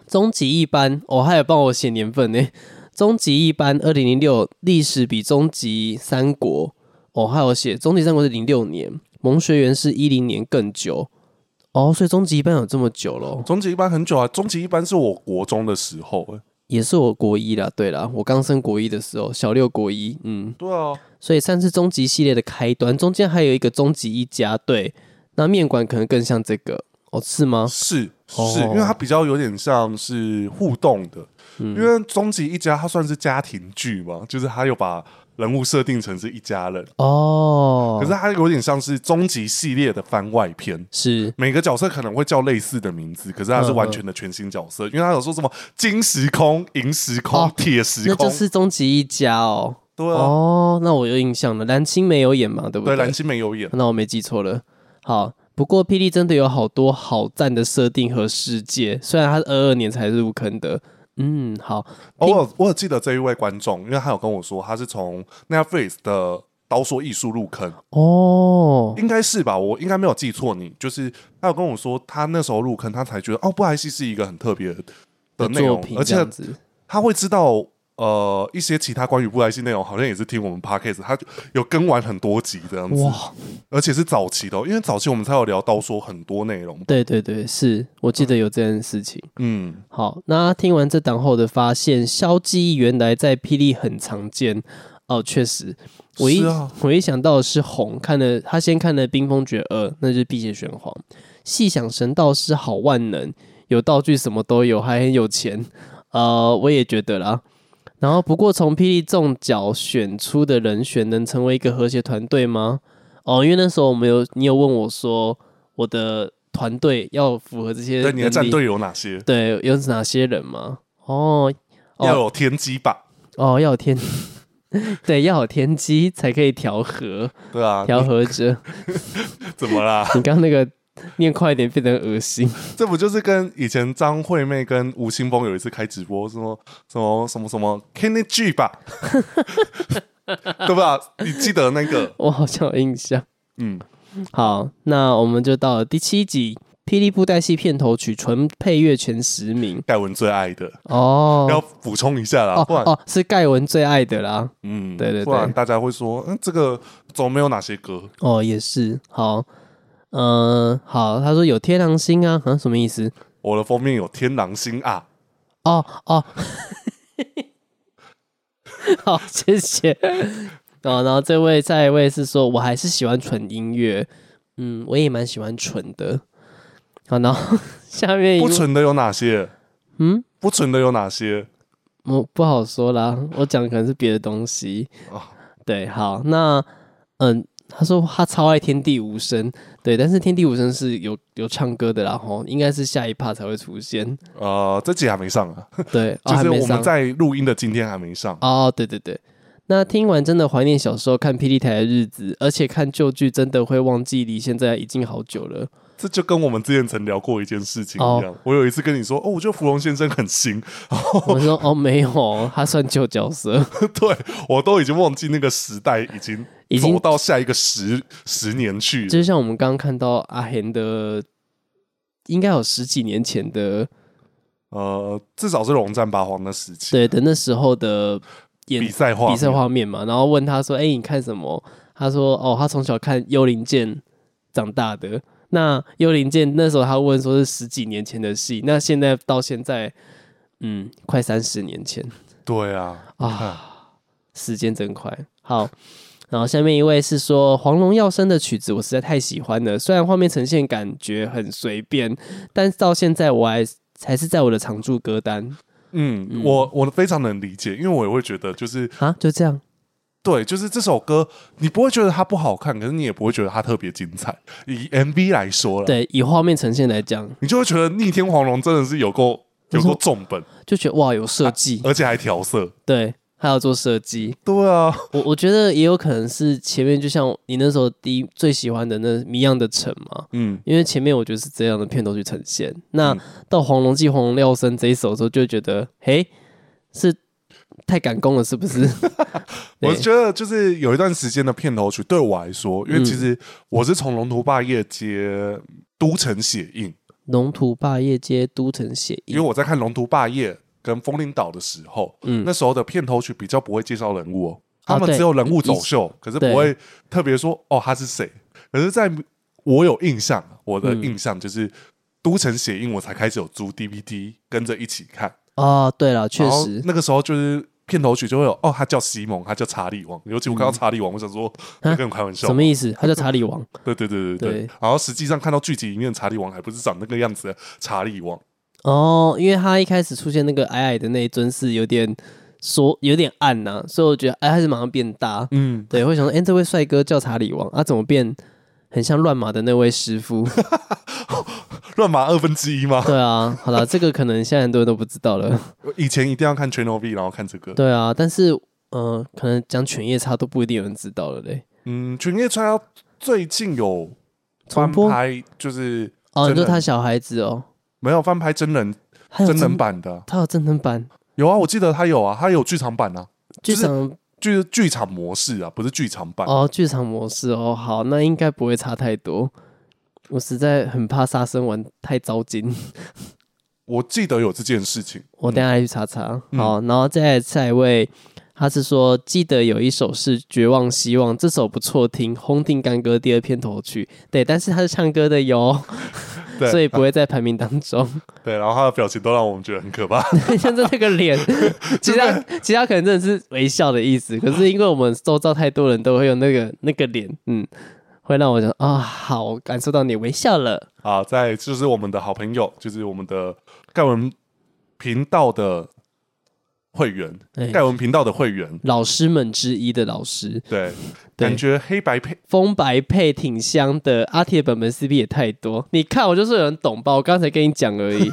A: 终极一班，哦，还有帮我写年份呢。终极一班，二零零六历史比终极三国，哦，还有写终极三国是零六年，萌学园是一零年更久，哦，所以终极一班有这么久咯，
B: 终极一班很久啊，终极一班是我国中的时候、欸，
A: 也是我国一啦，对啦，我刚升国一的时候，小六国一，嗯，
B: 对啊，
A: 所以算是终极系列的开端，中间还有一个终极一家，对，那面馆可能更像这个，哦，是吗？
B: 是是，
A: 哦
B: 因为它比较有点像是互动的，
A: 嗯
B: 因为终极一家它算是家庭剧嘛，就是它有把人物设定成是一家人，
A: 哦，
B: 可是它有点像是终极系列的番外篇。
A: 是
B: 每个角色可能会叫类似的名字，可是它是完全的全新角色，因为它有说什么金时空、银时空
A: 嗯哦、
B: 铁、时
A: 那
B: 空，
A: 就是终极一家哦。
B: 对啊，
A: 哦，那我有印象了，蓝青没有演嘛，对不对？
B: 对，蓝心湄有演，
A: 那我没记错了。好，不过霹雳真的有好多好赞的设定和世界，虽然他是二二年才入坑的。嗯，好，
B: 哦，我有我有记得这一位观众，因为他有跟我说他是从 Netflix 的《刀说艺术》入坑，
A: 哦，
B: 应该是吧？我应该没有记错你，就是他有跟我说他那时候入坑，他才觉得哦，布莱希是一个很特别的内
A: 作
B: 容，
A: 品
B: 而
A: 这
B: 且
A: 样子，
B: 他会知道。呃，一些其他关于布莱希内容，好像也是听我们 podcast，他就有跟完很多集这样子。
A: 哇，
B: 而且是早期的、哦，因为早期我们才有聊到说很多内容。
A: 对对对，是我记得有这件事情。
B: 嗯，
A: 好，那听完这档后的发现，消记忆原来在霹雳很常见哦，确实，我一、
B: 是啊
A: 我一想到的是红，看了他先看了《冰封诀二》，那就是辟邪玄黄，细想神道师好万能，有道具什么都有，还很有钱，呃，我也觉得啦。然后不过从霹雳中角选出的人选能成为一个和谐团队吗？哦，因为那时候我们有你有问我说我的团队要符合这些
B: 对，你的
A: 能
B: 战
A: 力
B: 队有哪些？
A: 对，有哪些人吗？哦哦
B: 要有天机吧，
A: 哦，要有天， 对，要有天机才可以调和，
B: 对啊，
A: 调和者。
B: 怎么啦？
A: 你刚刚那个念快一点，变得很恶心。
B: 这不就是跟以前张惠妹跟吴青峰有一次开直播，什么什么什么什么 Kenny G 吧， 对吧？你记得那个？
A: 我好像有印象。
B: 嗯，
A: 好，那我们就到了第七集。霹雳布袋戏片头曲纯配乐前十名
B: 盖文最爱的，要
A: 哦
B: 补充一下啦，
A: 哦
B: 不然，
A: 哦，是盖文最爱的啦
B: 嗯，
A: 对对对
B: 不然大家会说，嗯，这个怎么没有哪些歌？
A: 哦，也是好，嗯、好，他说有天狼星啊，啊什么意思？
B: 我的封面有天狼星啊，
A: 哦哦， 好，谢 谢。哦，然后这位下一位是说，我还是喜欢纯音乐，嗯，我也蛮喜欢纯的。好，然后 下面一
B: 不
A: 位，
B: 纯的有哪些？
A: 哎嗯，
B: 不纯的有哪些？
A: 我嗯不好说啦，我讲的可能是别的东西。
B: 哦
A: 对，好，那嗯，他说他超爱天地无声，对，但是天地无声是有有唱歌的啦，吼，应该是下一趴才会出现。
B: 呃，这集还没上啊，
A: 对，哦
B: 就
A: 还
B: 是
A: 没
B: 我
A: 上
B: 们在录音的今天还没上。
A: 哦，对对对，那听完真的怀念小时候看霹雳台的日子，而且看旧剧真的会忘记离现在已经好久 了。
B: 这就跟我们之前曾聊过一件事情一样。我有一次跟你说，哦，我觉得芙蓉先生很新，
A: 我说哦，没有，他算旧角 色，
B: 对我都已经忘记那个时代已经
A: 已
B: 走
A: 经
B: 到下一个十十年去了。
A: 就像我们刚刚看到阿贤的应该有十几年前的，
B: 呃，至少是龙战八荒的时期，
A: 对的那时候的演
B: 比赛化
A: 比赛画面嘛，然后问他说：“哎、你看什么？”他说：“哦，他从小看《幽灵剑》长大的。”那《幽灵剑》那时候他问说是十几年前的戏，那现在到现在，嗯，快三十年前
B: 对啊，
A: 啊，时间真快。好，然后下面一位是说黄龙耀生的曲子，我实在太喜欢了，虽然画面呈现感觉很随便，但是到现在我还还是在我的常驻歌单
B: 嗯，我我非常能理解，因为我也会觉得就是
A: 啊，就这样。
B: 对，就是这首歌，你不会觉得它不好看，可是你也不会觉得它特别精彩。以 MV 来说了，
A: 对，以画面呈现来讲，
B: 你就会觉得逆天黄龙真的是有够有够重本，
A: 就觉得哇，有设计，
B: 而且还调色。
A: 对，还有做设计。
B: 对啊，
A: 我我觉得也有可能是前面，就像你那时候第一最喜欢的那谜样的城嘛，
B: 嗯，
A: 因为前面我觉得是这样的片头去呈现。那、
B: 嗯
A: 到《黄龙记》《黄龙廖生》这一首的时候，就会觉得嘿，是太赶工了，是不是？ 对
B: 我觉得就是有一段时间的片头曲对我来说，因为其实我是从《龙图霸业》接《都城血印》，
A: 龙图霸业街都城写
B: 因
A: 意
B: 为，我在看《龙图霸业》跟《风铃岛》的时候，
A: 嗯
B: 那时候的片头曲比较不会介绍人物哦，
A: 啊
B: 他们
A: 对
B: 只有人物走秀，可是不会特别说哦他是谁。可是在我有印象，我的印
A: 嗯
B: 象就是《都城血印》，我才开始有租 DVD 跟着一起看。
A: 哦，对了，确
B: 然后
A: 实，
B: 那个时候就是片头曲就会有哦，他叫西蒙，他叫查理王。尤其我看到查理王，我想说
A: 嗯啊
B: 在跟我开玩
A: 什
B: 笑吗，
A: 么意思？他叫查理王，
B: 对对对对对。
A: 对
B: 然后实际上看到剧集里面的查理王还不是长那个样子的查理王，
A: 哦，因为他一开始出现那个矮矮的那一尊是有点缩，有点暗呐、所以我觉得哎，他是马上变大，
B: 嗯，
A: 对，会想说，哎、这位帅哥叫查理王，啊，怎么变很像乱马的那位师傅？
B: 乱码二分之一吗？
A: 对啊，好了，这个可能现在很多人都不知道了。
B: 以前一定要看 Channel V，然后看这个。
A: 对啊，但是呃，可能讲犬夜叉都不一定有人知道了嘞。
B: 嗯，犬夜叉最近有
A: 重
B: 翻
A: 播
B: 拍，就是
A: 哦，你
B: 真
A: 说
B: 人
A: 他小孩子哦，
B: 没有翻拍真人
A: 还有
B: 真人，版的，
A: 他有真人版，
B: 有啊，我记得他有啊，他有剧场版啊，
A: 剧
B: 就是
A: 场、
B: 就是剧场模式啊，不是剧场版。
A: 哦，剧场模式哦，好，那应该不会差太多。我实在很怕杀生丸太糟心，
B: 我记得有这件事情，
A: 我等一下来去查查。好，然后再来下一位，他是说记得有一首是《绝望希望》，这首不错听，轰定干戈第二片头曲。对，但是他是唱歌的哟，
B: 对
A: 所以不会在排名当中。
B: 对，然后他的表情都让我们觉得很可怕。
A: 像是那个脸，其他其他可能真的是微笑的意思，可是因为我们周遭太多人都会有那个那个脸，嗯，会让我想啊、好，我感受到你微笑了。
B: 啊，在就是我们的好朋友，就是我们的盖文频道的会员
A: 哎，
B: 盖文频道的会员，
A: 老师们之一的老师，
B: 对，
A: 对
B: 感觉黑白配
A: 风白配挺香的，阿铁本本 CP 也太多。你看，我就说有人懂吧，我刚才跟你讲而 已。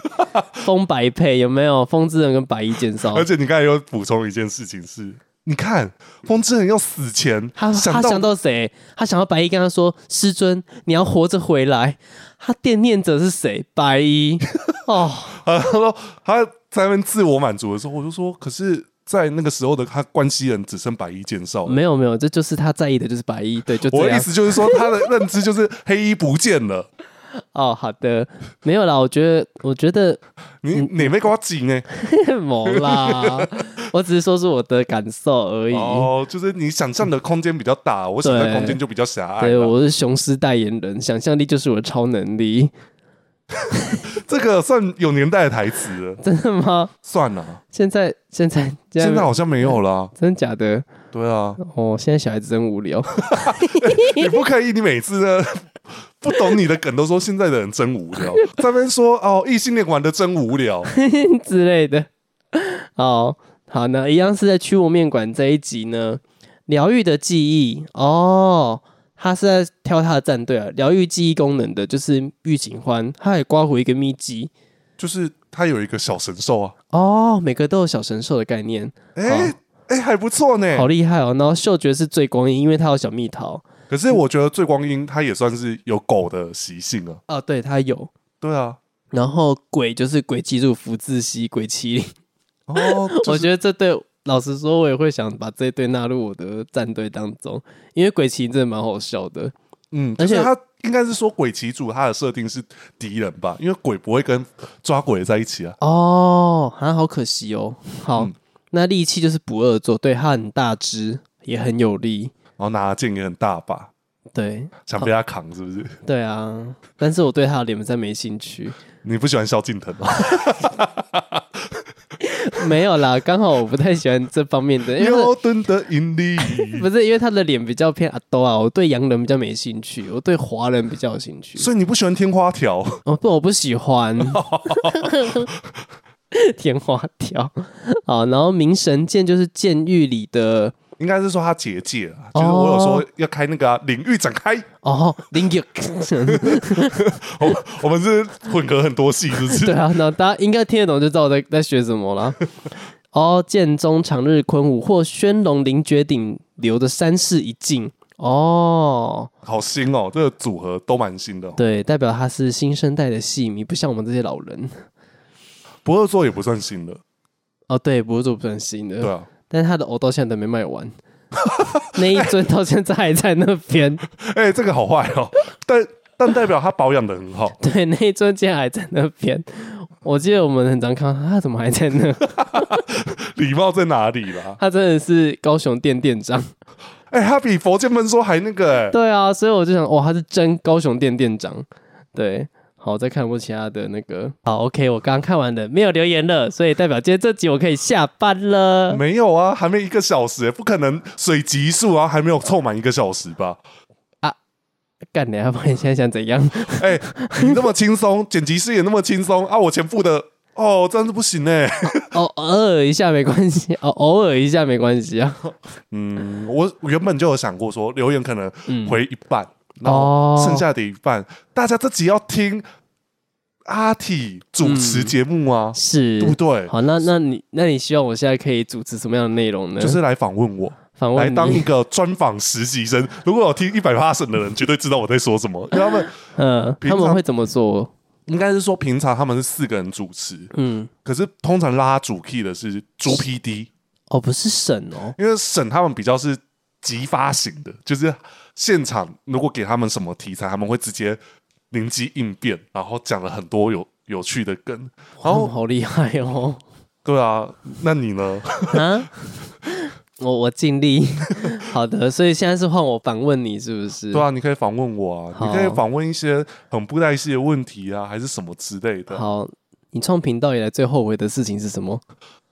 A: 风白配有没有？风之人跟白衣剑少
B: 而，且你刚才有补充一件事情是，你看风之痕要死前，
A: 他他
B: 想到
A: 想到谁？他想到白衣跟他说：“师尊，你要活着回来。”他惦念着是谁？白 衣哦。
B: 啊，他说 他在那边自我满足的时候，我就说，可是，在那个时候的他关西人只剩白衣剑少了。
A: 没有没有，这就是他在意的，就是白衣，对，就这
B: 我的意
A: 样。
B: 思就是说，他的认知就是黑衣不见了。
A: 哦，好的，没有啦，我觉得我觉得
B: 你
A: 嗯
B: 你没给我欸挤呢？
A: 某 啦，我只是说是我的感受而已。
B: 哦，就是你想象的空间比较大，我想象空间就比较狭隘
A: 对，
B: 了。
A: 我是雄狮代言人，想象力就是我的超能力，
B: 这个算有年代的台词了，
A: 真的吗？
B: 算了，
A: 现在现在
B: 现在好像没有了。啊
A: 真的假的？
B: 对啊，
A: 哦，现在小孩子真无聊。
B: 你不可以，你每次呢 不懂你的梗都说现在的人真无聊，在那边说哦异性恋玩的真无聊，
A: 之类的。哦，好，那一样是在驱魔面馆这一集呢，疗愈的记忆哦，他是在挑他的战队啊，疗愈记忆功能的就是玉警欢，他也刮胡一个秘籍
B: 就是他有一个小神兽啊，
A: 哦，每个都有小神兽的概念，
B: 哎、哎、还不错呢。
A: 啊好厉害哦。然后嗅觉是最光阴，因为它有小蜜桃
B: 可是我觉得最光阴它也算是有狗的习性啊。
A: 哦，对，它有。
B: 对啊，
A: 然后鬼就是鬼记住福字西鬼麒麟，
B: 哦，就
A: 我
B: 是
A: 觉得这对。老实说，我也会想把这一队纳入我的战队当中，因为鬼麒麟真的蛮好笑的。
B: 嗯，
A: 而
B: 而
A: 且
B: 且他应该是说鬼旗主他的设定是敌人吧，因为鬼不会跟抓鬼在一起啊。
A: 哦，啊，好可惜哦。好，
B: 嗯
A: 那利器就是不二座，对他很大只，也很有力。
B: 然后拿的剑也很大把，
A: 对
B: 想被他扛是不 是？
A: 对啊，但是我对他的脸真没兴趣。
B: 你不喜欢萧敬腾吗？
A: 没有啦，刚好我不太喜欢这方面的，因为
B: 牛顿的引 力，
A: 不是因为他的脸比较偏阿多啊，我对洋人比较没兴趣，我对华人比较有兴趣。
B: 所以你不喜欢天花条？
A: 哦不，我不喜 欢。天花条，好，然后明神剑就是监狱里的
B: 应该是说他结界啊，就是我有说要开那个、啊、领域展开，
A: 哦，灵友，
B: 我我们是混合很多系，是不
A: 对
B: 是？
A: 啊，那大家应该听得懂，就知道我在在学什么了。哦，剑中长日昆舞或宣龙凌绝顶流的三世一境。哦，
B: 好新哦，这个组合都蛮新的、哦。
A: 对，代表他是新生代的戏迷，不像我们这些老人。
B: 不二座也不算新的，
A: 哦，对，不是做不算新的，
B: 对啊。
A: 但是他的偶到现在都没卖完， 那一尊到现在还在那边。
B: 哎、这个好坏哦，但但代表他保养的很好。
A: 对，那一尊竟然还在那边。我记得我们很常看到他怎么还在那，
B: 礼貌在哪里啦？
A: 他真的是高雄店店长。
B: 哎、他比佛剑门说还那个哎、
A: 对啊，所以我就想，哇，他是真高雄店店长。对，好，再看我其他的那个。好，OK，我刚刚看完了，没有留言了，所以代表今天这集我可以下班了。
B: 没有啊，还没一个小时、哎不可能水极速啊，还没有凑满一个小时吧？
A: 干你啊，要不然你现在想怎样？
B: 哎、你那么轻松，剪辑师也那么轻松啊，我钱付的哦，这样子不行哎、
A: 哦，偶尔一下没关系，哦，偶尔一下没关系啊。
B: 嗯，我原本就有想过说留言可能回一半，
A: 嗯
B: 然
A: 哦
B: 后剩下的一半，大家这集要听阿体主持节目啊，
A: 是
B: 对不对？
A: 好，那那你那你希望我现在可以主持什么样的内容呢？
B: 就是来访问我，
A: 访
B: 来
A: 问
B: 当一
A: 你，
B: 个专访实习生。如果有听一百 pass 的人，绝对知道我在 说什么。因为他们
A: 嗯，
B: 平
A: 他们
B: 常
A: 会怎么做？
B: 应该是说，平常他们是四个人主持，
A: 嗯，
B: 可是通常拉主 key 的是朱 PD，
A: 哦，不是省哦，
B: 因为沈他们比较是即发型的，就是现场如果给他们什么题材，他们会直接灵机应变，然后讲了很多有有趣的梗。然
A: 哦，
B: 后
A: 好厉害哦，
B: 对啊，那你呢？
A: 啊， 我我尽力。 好的，所以现在是换我反问你，是不是？
B: 对啊，你可以访问我啊，
A: 好
B: 你可以访问一些很布袋戏的问题啊，还是什么之类的
A: 好，你创频道以来最后悔的事情是什么？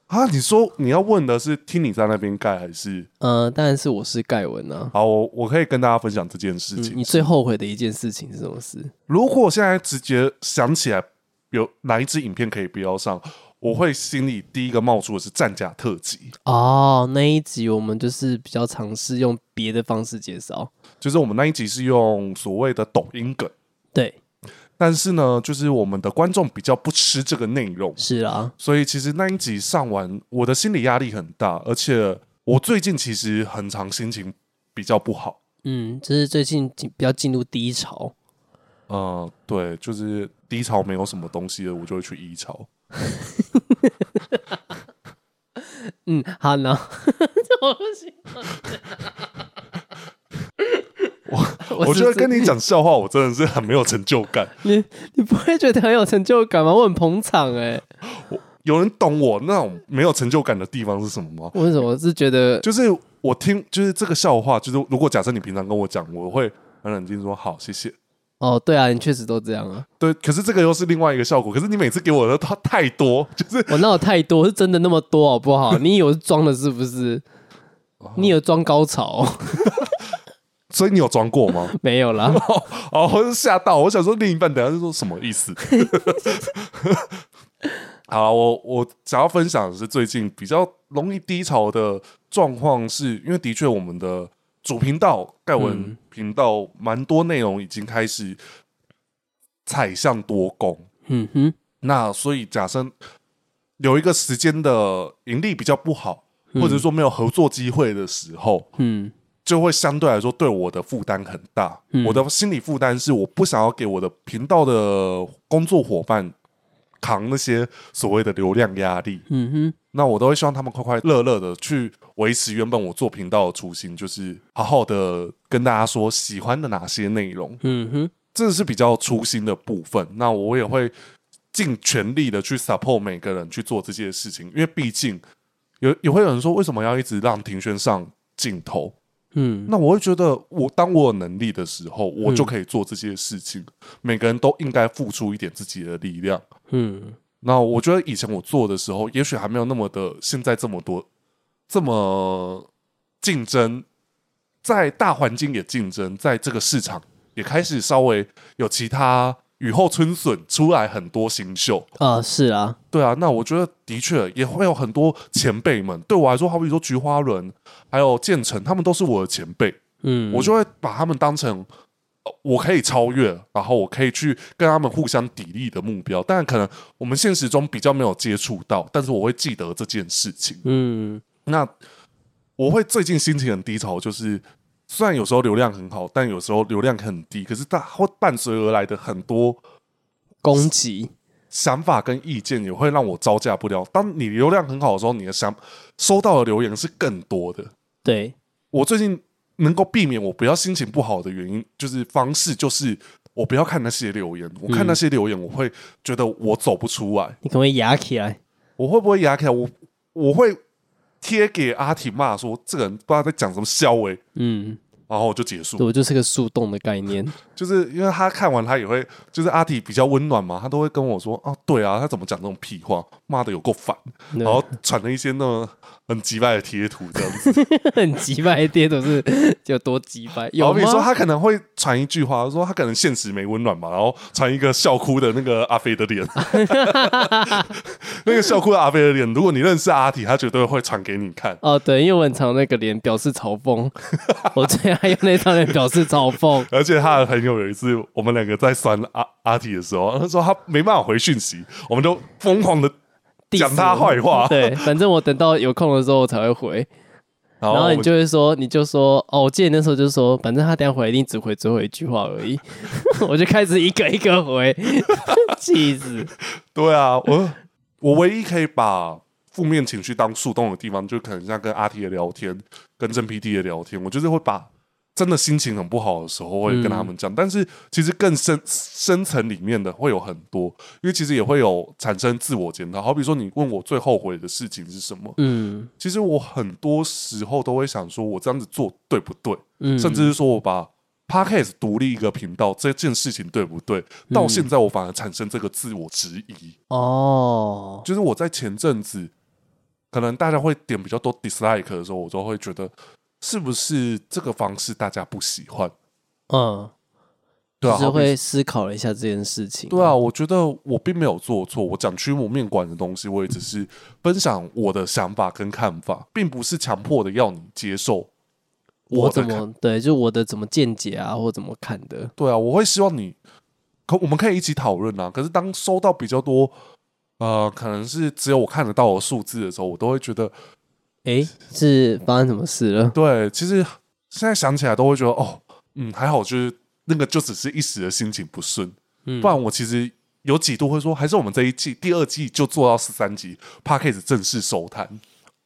B: 啊？你说你要问的是听你在那边盖，还是
A: 呃，当然是我是盖文啊。
B: 好？我我可以跟大家分享这件事
A: 嗯
B: 情。
A: 你最后悔的一件事情是什么事？
B: 如果我现在直接想起来有哪一支影片可以标上，我会心里第一个冒出的是战甲特辑，
A: 哦，那一集我们就是比较尝试用别的方式介绍。
B: 就是我们那一集是用所谓的抖音梗，
A: 对，
B: 但是呢，就是我们的观众比较不吃这个内容，
A: 是啦，
B: 所以其实那一集上完，我的心理压力很大，而且我最近其实很常心情比较不好，
A: 嗯，就是最近进比较进入低潮。
B: 嗯，对，就是低潮没有什么东西了， 我就会去低潮。
A: 嗯，好呢，我
B: 我
A: 我
B: 觉得跟你讲笑话，我真的是很没有成就 感。
A: 你，你不会觉得很有成就感吗？我很捧场哎、
B: 有人懂我那种没有成就感的地方是什么吗？
A: 为什么是觉得
B: 就是我听，就是这个笑话，就是如果假设你平常跟我讲，我会很冷静说好，谢谢。
A: 哦，对啊，你确实都这样啊。
B: 对，可是这个又是另外一个效果。可是你每次给我的它太多， 就是
A: 我那有太多，是真的那么多好不 好？你以为是装的，是不是？你有装高潮、
B: 所以你有装过吗？
A: 没有啦？
B: 哦，我就吓到，我想说另一半等下就说什么意思。 好啦，我我想要分享的是最近比较容易低潮的状况是，因为的确我们的主频道盖文
A: 嗯
B: 频道蛮多内容已经开始踩向多功，
A: 嗯哼，
B: 那所以假设有一个时间的盈利比较不好，或者说没有合作机会的时候，
A: 嗯
B: 就会相对来说对我的负担很大。我的心理负担是我不想要给我的频道的工作伙伴扛那些所谓的流量压力，
A: 嗯哼，
B: 那我都会希望他们快快乐乐的去维持原本我做频道的初心，就是好好的跟大家说喜欢的哪些内容，
A: 嗯哼，
B: 这是比较初心的部分。那我也会尽全力的去 support 每个人去做这些事情，因为毕竟有也会有人说，为什么要一直让庭轩上镜头？
A: 嗯
B: 那我会觉得我，当我有能力的时候，我就可以做这些事情。每个人都应该付出一点自己的力量。
A: 嗯
B: 那我觉得以前我做的时候，也许还没有那么的现在这么多这么竞争，在大环境也竞争，在这个市场也开始稍微有其他雨后春笋出来很多新秀。
A: 啊，是啊，
B: 对啊，那我觉得的确也会有很多前辈们，对我来说，好比说菊花轮，还有建成，他们都是我的前辈。
A: 嗯，
B: 我就会把他们当成呃我可以超越，然后我可以去跟他们互相砥砺的目标。但可能我们现实中比较没有接触到，但是我会记得这件事情。
A: 嗯
B: 那我会最近心情很低潮，就是虽然有时候流量很好，但有时候流量很低，可是它会伴随而来的很多
A: 攻击，
B: 想法跟意见，也会让我招架不了。当你流量很好的时候，你的想收到的留言是更多的。
A: 对，
B: 我最近能够避免我不要心情不好的原因，就是方式就是我不要看那些留言，我看那些留言我会觉得我走不出来，
A: 你可不可以压起来？
B: 我会不会压起来？我我会贴给阿体骂说这个人不知道在讲什么笑诶、
A: 嗯，
B: 然后我就结束
A: 对，。我就是个树洞的概念，
B: 就是因为他看完他也会，就是阿体比较温暖嘛，他都会跟我说啊，对啊，他怎么讲这种屁话，骂的有够烦，
A: 对
B: 然后传了一些那种很鸡掰的贴图这样子。
A: 很击败的爹都是有多击败，有
B: 好
A: 吗
B: 比？说，他可能会传一句话，说他可能现实没温暖嘛，然后传一个笑哭的那个阿飞的脸， 那个笑哭的阿飞的脸，如果你认识阿体，他绝对会传给你看。
A: 哦，对，因为我很常那个脸表示嘲讽， 我最爱用那张脸表示嘲讽。
B: 而且他的朋友有一次，我们两个在酸阿阿体的时候，他说他没办法回讯息，我们都疯狂的，
A: diss
B: 讲他坏话
A: 我对，反正我等到有空的时候我才会回，
B: 然
A: 然
B: 哦后我
A: 后
B: 们
A: 你就会说，你就说，哦，我记得你那时候就说，反正他等一下回来一定只回最后一句话而已， 我就开始一个一个回， 气死，
B: 对啊，我我唯一可以把负面情绪当树洞的地方，就可能像跟阿 T 的聊天，跟郑 PD 的聊天，我就是会把真的心情很不好的时候会跟他们讲，但是其实更深深层里面的会有很多，因为其实也会有产生自我检讨。好比说，你问我最后悔的事情是什么，
A: 嗯
B: 其实我很多时候都会想说，我这样子做对不对？
A: 嗯，
B: 甚至是说我把 podcast 独立一个频道这件事情对不对？到现在我反而产生这个自我质疑。
A: 嗯哦，
B: 就是我在前阵子，可能大家会点比较多 dislike 的时候，我都会觉得是不是这个方式大家不喜欢？
A: 嗯，
B: 对啊，
A: 就是
B: 好比
A: 会思考了一下这件事情，
B: 对啊，我觉得我并没有做错，我讲驱魔面馆的东西，我也只是分享我的想法跟看法，并不是强迫的要你接受
A: 我
B: 我的
A: 怎
B: 看。
A: 么对，就我的怎么见解啊，或怎么看的，
B: 对啊，我会希望你可我们可以一起讨论啊。可是当收到比较多。呃，可能是只有我看得到的数字的时候，我都会觉得
A: 诶，是发生什么事了？
B: 对，其实现在想起来都会觉得，哦，嗯，还好，就是那个就只是一时的心情不顺，
A: 嗯
B: 不然我其实有几度会说，还是我们这一季第二季就做到十三集 p a c k a g e 正式收摊。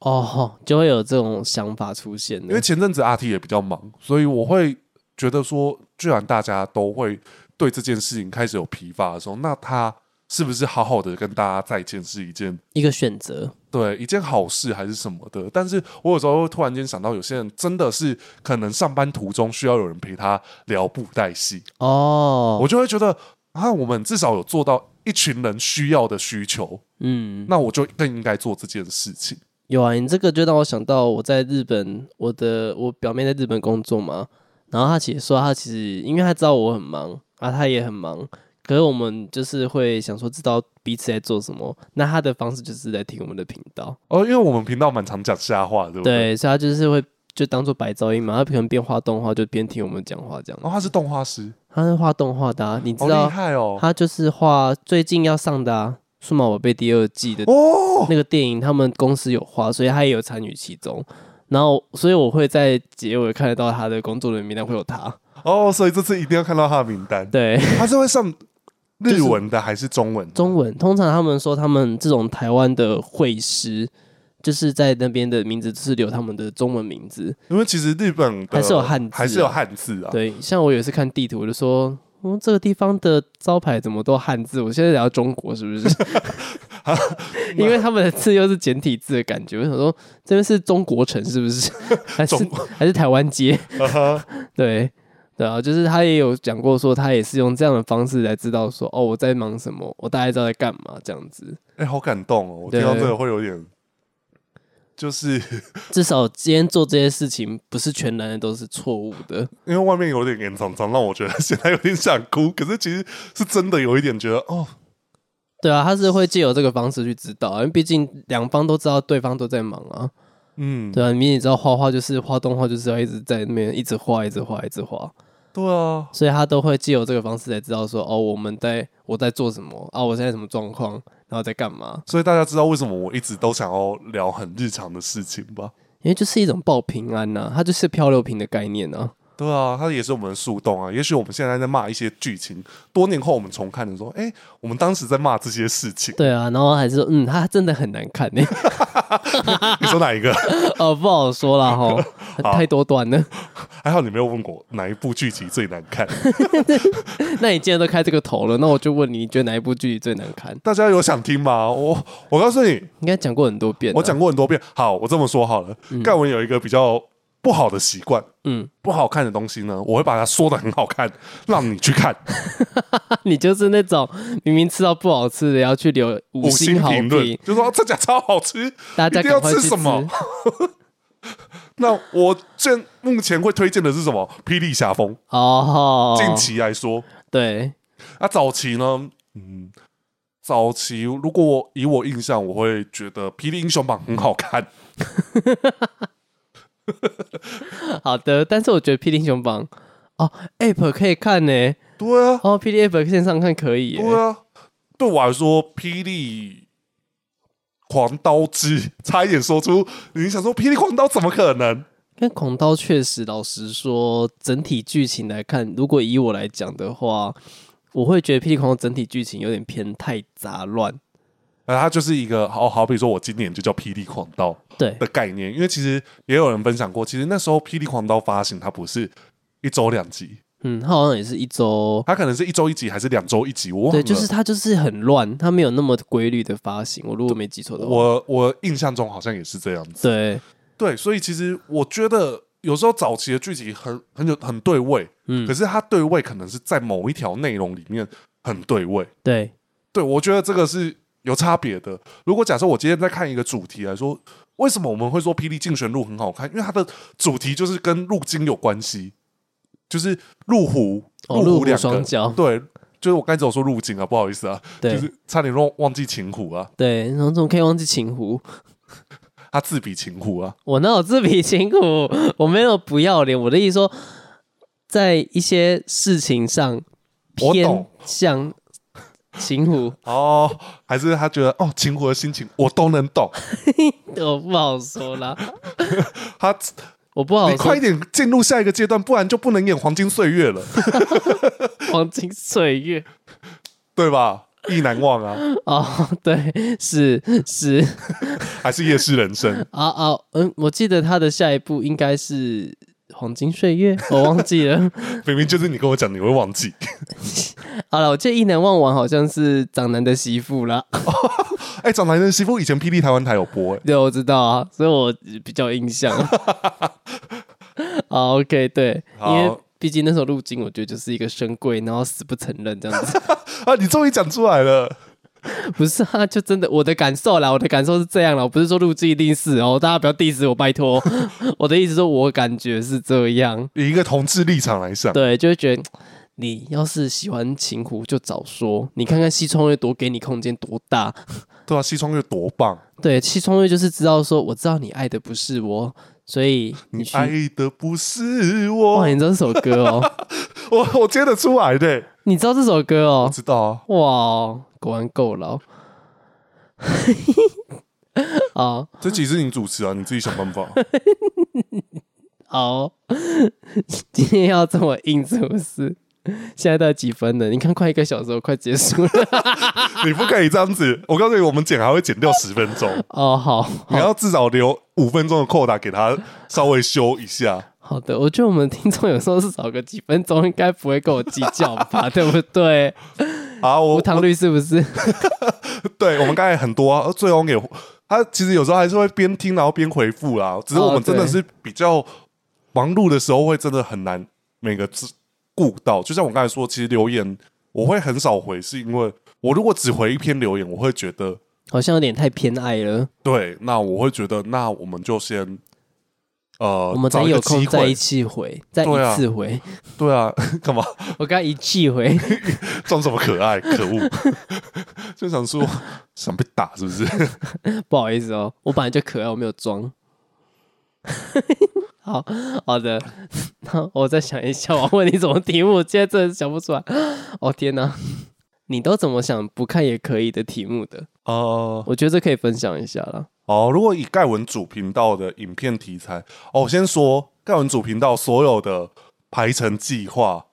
A: 哦，就会有这种想法出现的，
B: 因为前阵子 RT 也比较忙，所以我会觉得说，居然大家都会对这件事情开始有疲乏的时候，那他是不是好好的跟大家再见是一件
A: 一个选择，
B: 对一件好事还是什么的，但是我有时候会突然间想到，有些人真的是可能上班途中需要有人陪他聊布袋戏，
A: 哦，
B: 我就会觉得啊，我们至少有做到一群人需要的需求，
A: 嗯，
B: 那我就更应该做这件事情。
A: 有啊，你这个就让我想到我在日本，我的我表妹在日本工作嘛，然后她其实说她其实因为她知道我很忙啊，她也很忙，可是我们就是会想说知道彼此在做什么，那她的方式就是在听我们的频道，
B: 哦，因为我们频道蛮常讲瞎话，对不对？
A: 对，所以她就是会就当做白噪音嘛，她可能边画动画就边听我们讲话这样，
B: 然哦后他是动画师，
A: 她是画动画的、啊，你
B: 好
A: 知
B: 厉
A: 道
B: 害哦！
A: 她就是画最近要上的、啊《数码宝贝》第二季的
B: 哦，
A: 那个电影，他们公司有画，所以他也有参与其中。然后，所以我会在结尾看得到他的工作人员名单会有他。
B: 哦，所以这次一定要看到他的名单，
A: 对，
B: 他是会上
A: 是
B: 日文的还是中文？
A: 中文通常他们说他们这种台湾的会师，就是在那边的名字是留他们的中文名字。
B: 因为其实日本的
A: 还是有汉字啊
B: 还是有汉字啊。
A: 对，像我有一次看地图，我就说。嗯，这个地方的招牌怎么都汉字？我现在聊中国是不是？ 因为他们的字又是简体字的感觉，我想说这边是中国城是不是？ 还是
B: 中
A: 还是台湾街？
B: 啊哈，
A: 对对啊，就是他也有讲过说，他也是用这样的方式来知道说，哦，我在忙什么，我大概知道在干嘛这样子。
B: 哎，好感动哦！我
A: 对
B: 听到这个会有点，就是
A: 至少今天做这些事情不是全然的都是错误的。
B: 因为外面有点眼长长，让我觉得现在有点想哭。可是其实是真的有一点觉得，哦，
A: 对啊，他是会借由这个方式去知道啊，因为毕竟两方都知道对方都在忙啊。
B: 嗯，
A: 对啊，你也知道画画就是画动画，就是要一直在那边一直画，一直画，一直画，
B: 对啊，
A: 所以他都会借由这个方式来知道说，哦，我们在我在做什么啊，我现在什么状况，然后在干嘛，
B: 所以大家知道为什么我一直都想要聊很日常的事情吧？
A: 因为就是一种报平安呐、它就是漂流瓶的概念啊。
B: 对啊，它也是我们的树洞啊。也许我们现在在骂一些剧情，多年后我们重看的时候，哎、我们当时在骂这些事情。
A: 对啊，然后还是说，嗯，它真的很难看呢、
B: 你说哪一个？
A: 哦，不好说啦吼，太多段了。
B: 还好你没有问我哪一部剧集最难看。
A: 那你既然都开这个头了，那我就问你，你觉得哪一部剧最难看？
B: 大家有想听吗？我我告诉你，
A: 应该讲过很多遍、
B: 我讲，过很多遍。好，我这么说好了，盖文有一个比较不好的习惯，
A: 嗯，
B: 不好看的东西呢，我会把它说的很好看，让你去看
A: 你就是那种明明吃到不好吃的，也要去留五
B: 五
A: 星
B: 星
A: 好
B: 评论
A: 评，，
B: 就说这家超好吃。
A: 大家
B: 一定要
A: 赶快去
B: 吃什么那我现目前会推荐的是什么？霹雳侠风，
A: 哦，
B: 近期来说，
A: 对，
B: 那、早期呢，嗯。早期如果以我印象，我会觉得《霹雳英雄榜》很好看，
A: 好的。但是我觉得《霹雳英雄榜》哦，App 可以看呢，
B: 对啊，
A: 哦，《霹雳 App 线上看可以耶，
B: 对啊，对我来说，霹雳狂刀之差一点说出，你想说霹雳狂刀怎么可能？
A: 跟《孔刀》确实，老实说，整体剧情来看，如果以我来讲的话，我会觉得《霹雳狂刀》整体剧情有点偏太杂乱。
B: 啊，它就是一个好好比说，我今年就叫霹雳狂刀
A: 对
B: 的概念，因为其实也有人分享过，其实那时候霹雳狂刀发行，它不是一周两集，
A: 嗯，它好像也是一周，
B: 它可能是一周一集还是两周一集，我忘了。
A: 对，就是它就是很乱，它没有那么规律的发行。我如果没记错的话，
B: 我我印象中好像也是这样子。
A: 对，
B: 对，所以其实我觉得有时候早期的剧集很很有很对位，
A: 嗯
B: 可，是它对位可能是在某一条内容里面很对位。
A: 对，
B: 对，我觉得这个是有差别的。如果假设我今天在看一个主题来说，为什么我们会说《霹雳竞选路》很好看？因为它的主题就是跟路径有关系，就是路虎、
A: 哦
B: 路
A: 路
B: 虎
A: 虎
B: 两个
A: 双骄
B: 对，就是我刚才只有说路径啊，不好意思啊，就
A: 对
B: 是差点忘忘记秦虎啊，
A: 对，然后怎么可以忘记秦湖？
B: 他自比秦虎啊，
A: 我哪有自比辛苦？ 我没有不要脸。我的意思说，在一些事情上
B: 我
A: 偏
B: 懂
A: 向 秦虎，
B: 哦， 还是他觉得哦，秦虎的心情我都能懂，
A: 我不好说啦，哦
B: 他
A: 我不好
B: 你快
A: 说
B: 一。点进入下一个阶段，不然就不能演黄金岁月了，
A: 黄金岁月
B: 对吧？意难忘啊，
A: 哦，对，是是
B: 还是夜市人生。
A: 啊啊，嗯，我记得他的下一部应该是。黄金岁月，我忘记了。
B: 明明就是你跟我讲，你会忘记。
A: 好了，我记得《意难忘完》好像是长男的媳妇啦。
B: 哎、长男人媳妇以前霹雳台湾台有播、哎，
A: 对，我知道啊，所以我比较有印 象。好，OK，对，因
B: 好
A: 为毕竟那时候入境，我觉得就是一个深柜，然后死不承认这样子。
B: 啊，你终于讲出来了。
A: 不是啊，就真的我的感受啦，我的感受是这样啦，我不是说入境一定是哦，大家不要 diss 我，拜托。 我的意思说，我感觉是这样，
B: 以一个同志立场来想，
A: 对，就会觉得。嗯你要是喜欢秦湖，就早说。你看看西窗月多给你空间多大，
B: 对啊，西窗月多棒，
A: 对，西窗月就是知道说，我知道你爱的不是我，所以你
B: 你
A: 去。
B: 爱的不是
A: 哇，
B: 我，
A: 你知道这首歌哦？
B: 我我接得出来的、哎
A: 你知道这首歌
B: 我
A: 哦？
B: 知道啊。
A: 哇，果然够老。 好
B: 这集是你主持啊，你自己想 办法。
A: 好，今天要这么硬是不是？现在到底几分了？你看，快一个小时，快结束了。
B: 你不可以这样子。我告诉你，我们剪还会剪掉十分钟，
A: 哦，好
B: 你要至少留五分钟的扣打给他稍微修一下。
A: 好的，我觉得我们听众有时候是少个几分钟，应该不会跟我计较 吧，对不对？
B: 啊，我
A: 无糖绿是不是？
B: 对我们刚才很多、啊、呃醉翁也他其实有时候还是会边听然后边回复啦，只是我
A: 哦
B: 们真的是比较忙碌的时候会真的很难每个字顾到。就像我刚才说，其实留言我会很少回，是因为我如果只回一篇留言，我会觉得
A: 好像有点太偏爱了。
B: 对，那我会觉得那我们就先呃，
A: 我们
B: 找
A: 等
B: 一个
A: 有
B: 机
A: 空再一
B: 会，
A: 起回，再
B: 对啊
A: 一次回。
B: 对啊， 干嘛
A: 我刚一气回，
B: 装什么可爱？可恶， 就想说想被打是不 是？
A: 不好意思哦，我本来就可爱，我没有装。 好好的，那我再想一下，我要问你什么题目？我现在真的想不出来。哦天哪，你都怎么想不看也可以的题目的？
B: 呃，
A: 我觉得这可以分享一下啦。
B: 哦，如果以盖文主频道的影片题材，哦，我先说盖文主频道所有的排程计划，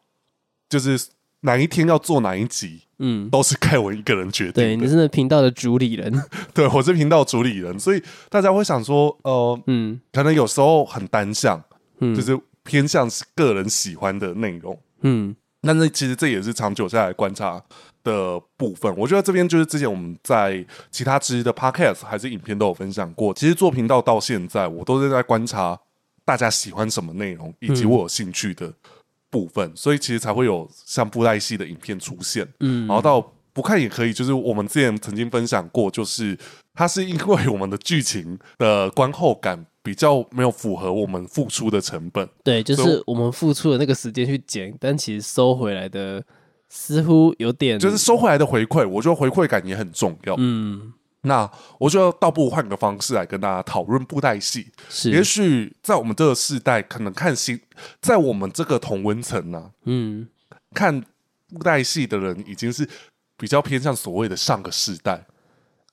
B: 就是哪一天要做哪一集，
A: 嗯，
B: 都是盖文一个人决
A: 对，
B: 定
A: 你
B: 的。
A: 是那频道的主理人。
B: 对，我是频道主理人，所以大家会想说，呃，
A: 嗯
B: 可能有时候很单向，
A: 嗯，
B: 就是偏向是个人喜欢的内容。
A: 嗯
B: 但是其实这也是长久下来观察的部分。我觉得这边就是之前我们在其他之的 podcast 还是影片都有分享过。其实做频道到现在，我都是在观察大家喜欢什么内容，以及
A: 嗯
B: 我有兴趣的部分，所以其实才会有像布袋戏的影片出现。
A: 嗯，
B: 然后到不看也可以，就是我们之前曾经分享过，就是它是因为我们的剧情的观后感比较没有符合我们付出的成本。
A: 对，就
B: 所以
A: 是我们付出的那个时间去剪，但其实收回来的似乎有点，
B: 就是收回来的回馈，我觉得回馈感也很重要。
A: 嗯，
B: 那我就倒不如换个方式来跟大家讨论布袋戏。
A: 是，
B: 也许在我们这个世代，可能看新，在我们这个同温层呢，
A: 嗯，
B: 看布袋戏的人已经是比较偏向所谓的上个世代。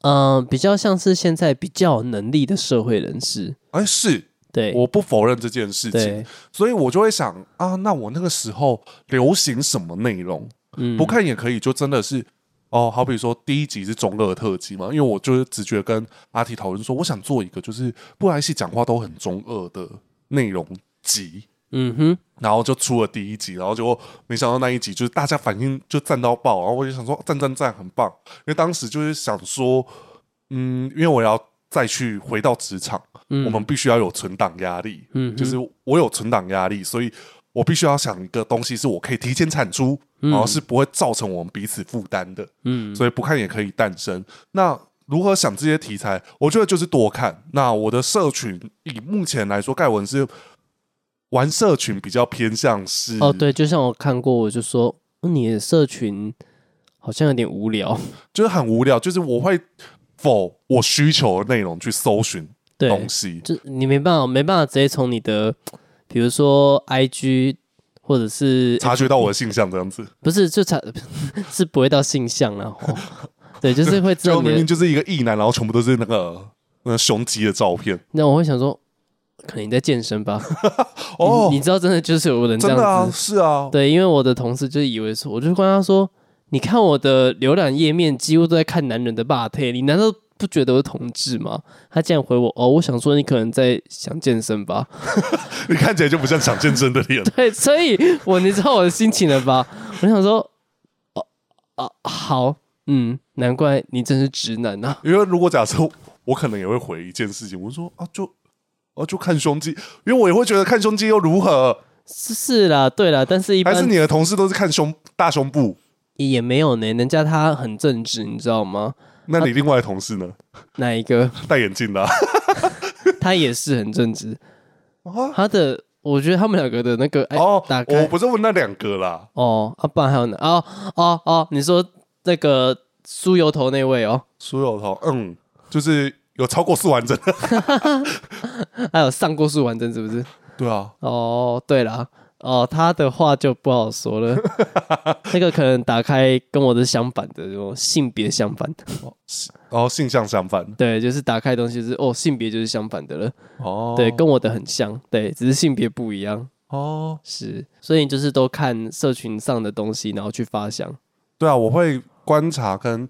A: 呃，比较像是现在比较有能力的社会人士，
B: 哎，是
A: 对，
B: 我不否认这件事情，
A: 对，
B: 所以我就会想啊，那我那个时候流行什么内容？
A: 嗯，
B: 不看也可以，就真的是哦，好比说第一集是中二特辑嘛，因为我就是直觉跟阿提讨论说，我想做一个就是布莱希讲话都很中二的内容集，
A: 嗯哼，
B: 然后就出了第一集，然后结果没想到那一集就是大家反应就赞到爆，然后我就想说赞赞赞很棒，因为当时就是想说，嗯，因为我要再去回到职场，我们必须要有存档压力，
A: 嗯哼
B: 就是我有存档压力，所以我必须要想一个东西是我可以提前产出，然后是不会造成我们彼此负担的，
A: 嗯
B: 所以不看也可以诞生。那如何想这些题材？我觉得就是多看。那我的社群以目前来说，盖文是玩社群比较偏向是
A: 哦，，对，就像我看过，我就说嗯你的社群好像有点无聊，
B: 就是很无聊，就是我会否我需求的内容去搜寻
A: 对
B: 东，西。
A: 就你没办法，没办法直接从你的，比如说 IG 或者是
B: 察觉到我的性向这样子，
A: 不是，就才 是不会到性向 啦。吼对，就是会知道
B: 就
A: 你
B: 明
A: 的
B: 明就是一个异男，然后全部都是那个那胸肌的照片
A: 那我会想说，可能你在健身吧？
B: 哦
A: 你，你知道，真的就是有人这
B: 真
A: 样子。
B: 的啊，是啊，
A: 对，因为我的同事就以为说，我就跟他说，你看我的浏览页面几乎都在看男人的霸体，你难道不觉得我是同志吗？他竟然回我，哦，我想说你可能在想健身吧。
B: 你看起来就不像想健身的脸
A: 对，所以我你知道我的心情了吧？ 我想说，哦哦，好，嗯，难怪你真是直男啊。
B: 因为如果假设我可能也会回一件事情，我就说啊，就啊就看胸肌，因为我也会觉得看胸肌又如何？
A: 是是啦，对啦，但是一
B: 还是
A: 般
B: 你的同事都是看胸大胸部？
A: 也没有呢，人家他很正直，你知道吗？
B: 那你另外的同事呢？
A: 哪一个？
B: 戴眼镜的啊、
A: 他也是很正直
B: 啊。
A: 他的，我觉得他们两个的那个 哎
B: 哦
A: 打，开
B: 我不是问那两个啦，
A: 哦，啊，不然还有哪？哦哦哦，你说那个酥油头那位哦，
B: 苏有头，嗯，就是有超过四完整的。
A: 还有上过素完整是不是？
B: 对啊，
A: 哦，对啦，哦，他的话就不好说了，那个可能打开跟我的相反的，就性别相反，
B: 然后哦性向相反。
A: 对，就是打开的东西是哦，性别就是相反的了，
B: 哦，
A: 对，跟我的很像，对，只是性别不一样，
B: 哦，
A: 是，所以你就是都看社群上的东西，然后去发想。
B: 对啊，我会观察跟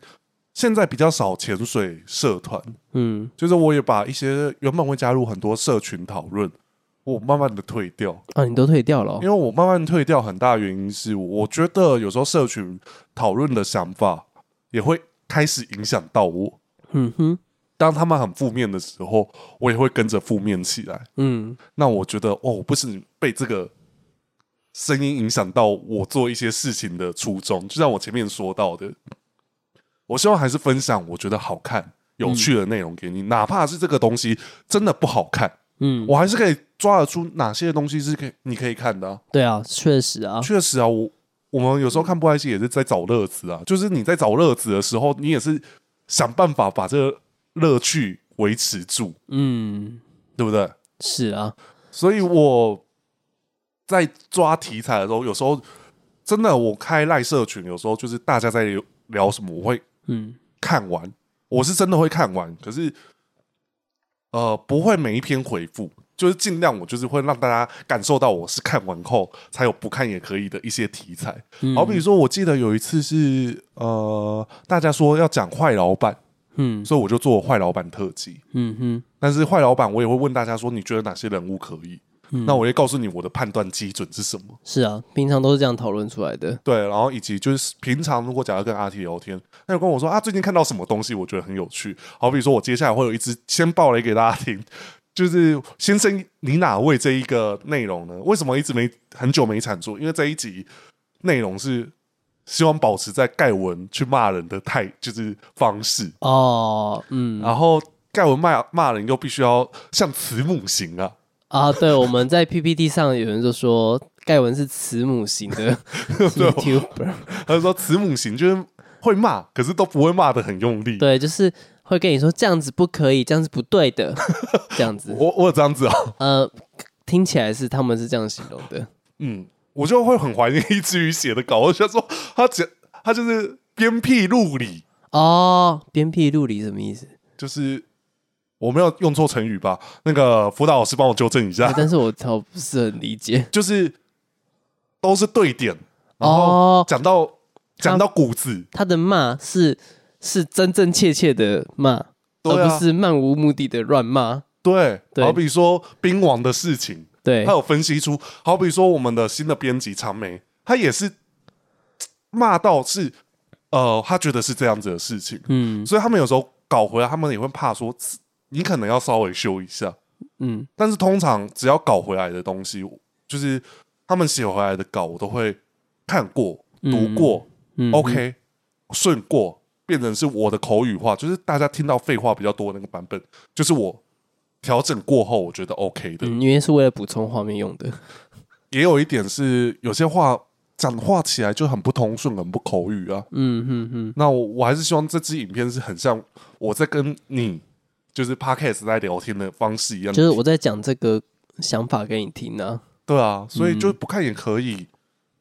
B: 现在比较少潜水社团，
A: 嗯，
B: 就是我也把一些原本会加入很多社群讨论，我慢慢的退掉，
A: 啊，你都退掉了哦、
B: 因为我慢慢退掉，很大原因是我觉得有时候社群讨论的想法也会开始影响到我。
A: 嗯哼，
B: 当他们很负面的时候，我也会跟着负面起来。
A: 嗯，
B: 那我觉得，哦，我不是被这个声音影响到我做一些事情的初衷，就像我前面说到的，我希望还是分享我觉得好看、有趣的内容给你，哪怕是这个东西真的不好看，
A: 嗯，
B: 我还是可以抓得出哪些东西是可以你可以看的啊、
A: 对啊，确实啊，
B: 确实啊，我我们有时候看不开心也是在找乐子啊，就是你在找乐子的时候，你也是想办法把这个乐趣维持住，
A: 嗯，
B: 对不对？
A: 是啊，
B: 所以我在抓题材的时候，有时候真的我开赖社群，有时候就是大家在聊什么，我会
A: 嗯
B: 看完，我是真的会看完，可是呃不会每一篇回复，就是尽量我就是会让大家感受到我是看完后才有不看也可以的一些题材。
A: 嗯
B: 好比说，我记得有一次是呃大家说要讲坏老板，
A: 嗯
B: 所以我就做坏老板特辑。
A: 嗯哼，
B: 但是坏老板，我也会问大家说，你觉得哪些人物可以？那我也告诉你我的判断基准是什么。
A: 是啊，平常都是这样讨论出来的。
B: 对，然后以及就是平常如果假如跟阿 T 聊天，他就跟我说啊，最近看到什么东西，我觉得很有趣。好比说，我接下来会有一支先爆雷给大家听， 就是先生你哪位这一个内容呢？为什么一直没很久没产出？因为这一集内容是希望保持在盖文去骂人的态，就是方式。
A: 哦，嗯
B: 然后盖文骂骂人又必须要像慈母型啊，
A: 啊，对，我们在 PPT 上有人就说盖文是慈母 型的啊 YouTuber，
B: 他就说慈母型就是会骂，可是都不会骂的很用力。
A: 对，就是会跟你说这样子不可以，这样子不对的，这样 子，
B: 我我有这样子啊，
A: 呃，听起来是他们是这样形容的，
B: 嗯，我就会很怀念一之于写的稿，我 就想说他讲他就是鞭辟入里，
A: 哦，鞭辟入里什么意思？
B: 就是我没有用错成语吧？那个辅导老师帮我纠正 一下，
A: 但是我我不是很理解。
B: 就是都是对点，然后
A: 哦
B: 讲到讲到骨子，
A: 他的骂是是真真切切的骂，
B: 对
A: 而
B: 啊
A: 不，是漫无目的的乱骂。
B: 对，
A: 对
B: 好比说兵王的事情，
A: 对
B: 他，有分析出，好比说我们的新的编辑长梅，他也是嘖骂到是，呃，他觉得是这样子的事情，
A: 嗯
B: 所以他们有时候搞回来，他们也会怕说，嘖你可能要稍微修一下。
A: 嗯
B: 但是通常只要搞回来的东西，我就是他们写回来的稿，我都会看过、读过、
A: 嗯
B: OK 顺过，变成是我的口语化，就是大家听到废话比较多的那个版本，就是我调整过后，我觉得 OK 的。
A: 嗯，因为是为了补充画面用的。
B: 也有一点是有些话讲话起来就很不通顺，很不口语啊。
A: 嗯嗯嗯，
B: 那我我还是希望这支影片是很像我在跟你就是 podcast 在聊天的方式一样，
A: 就是我在讲这个想法给你听啊。
B: 对啊，所
A: 嗯
B: 以就不看也可以。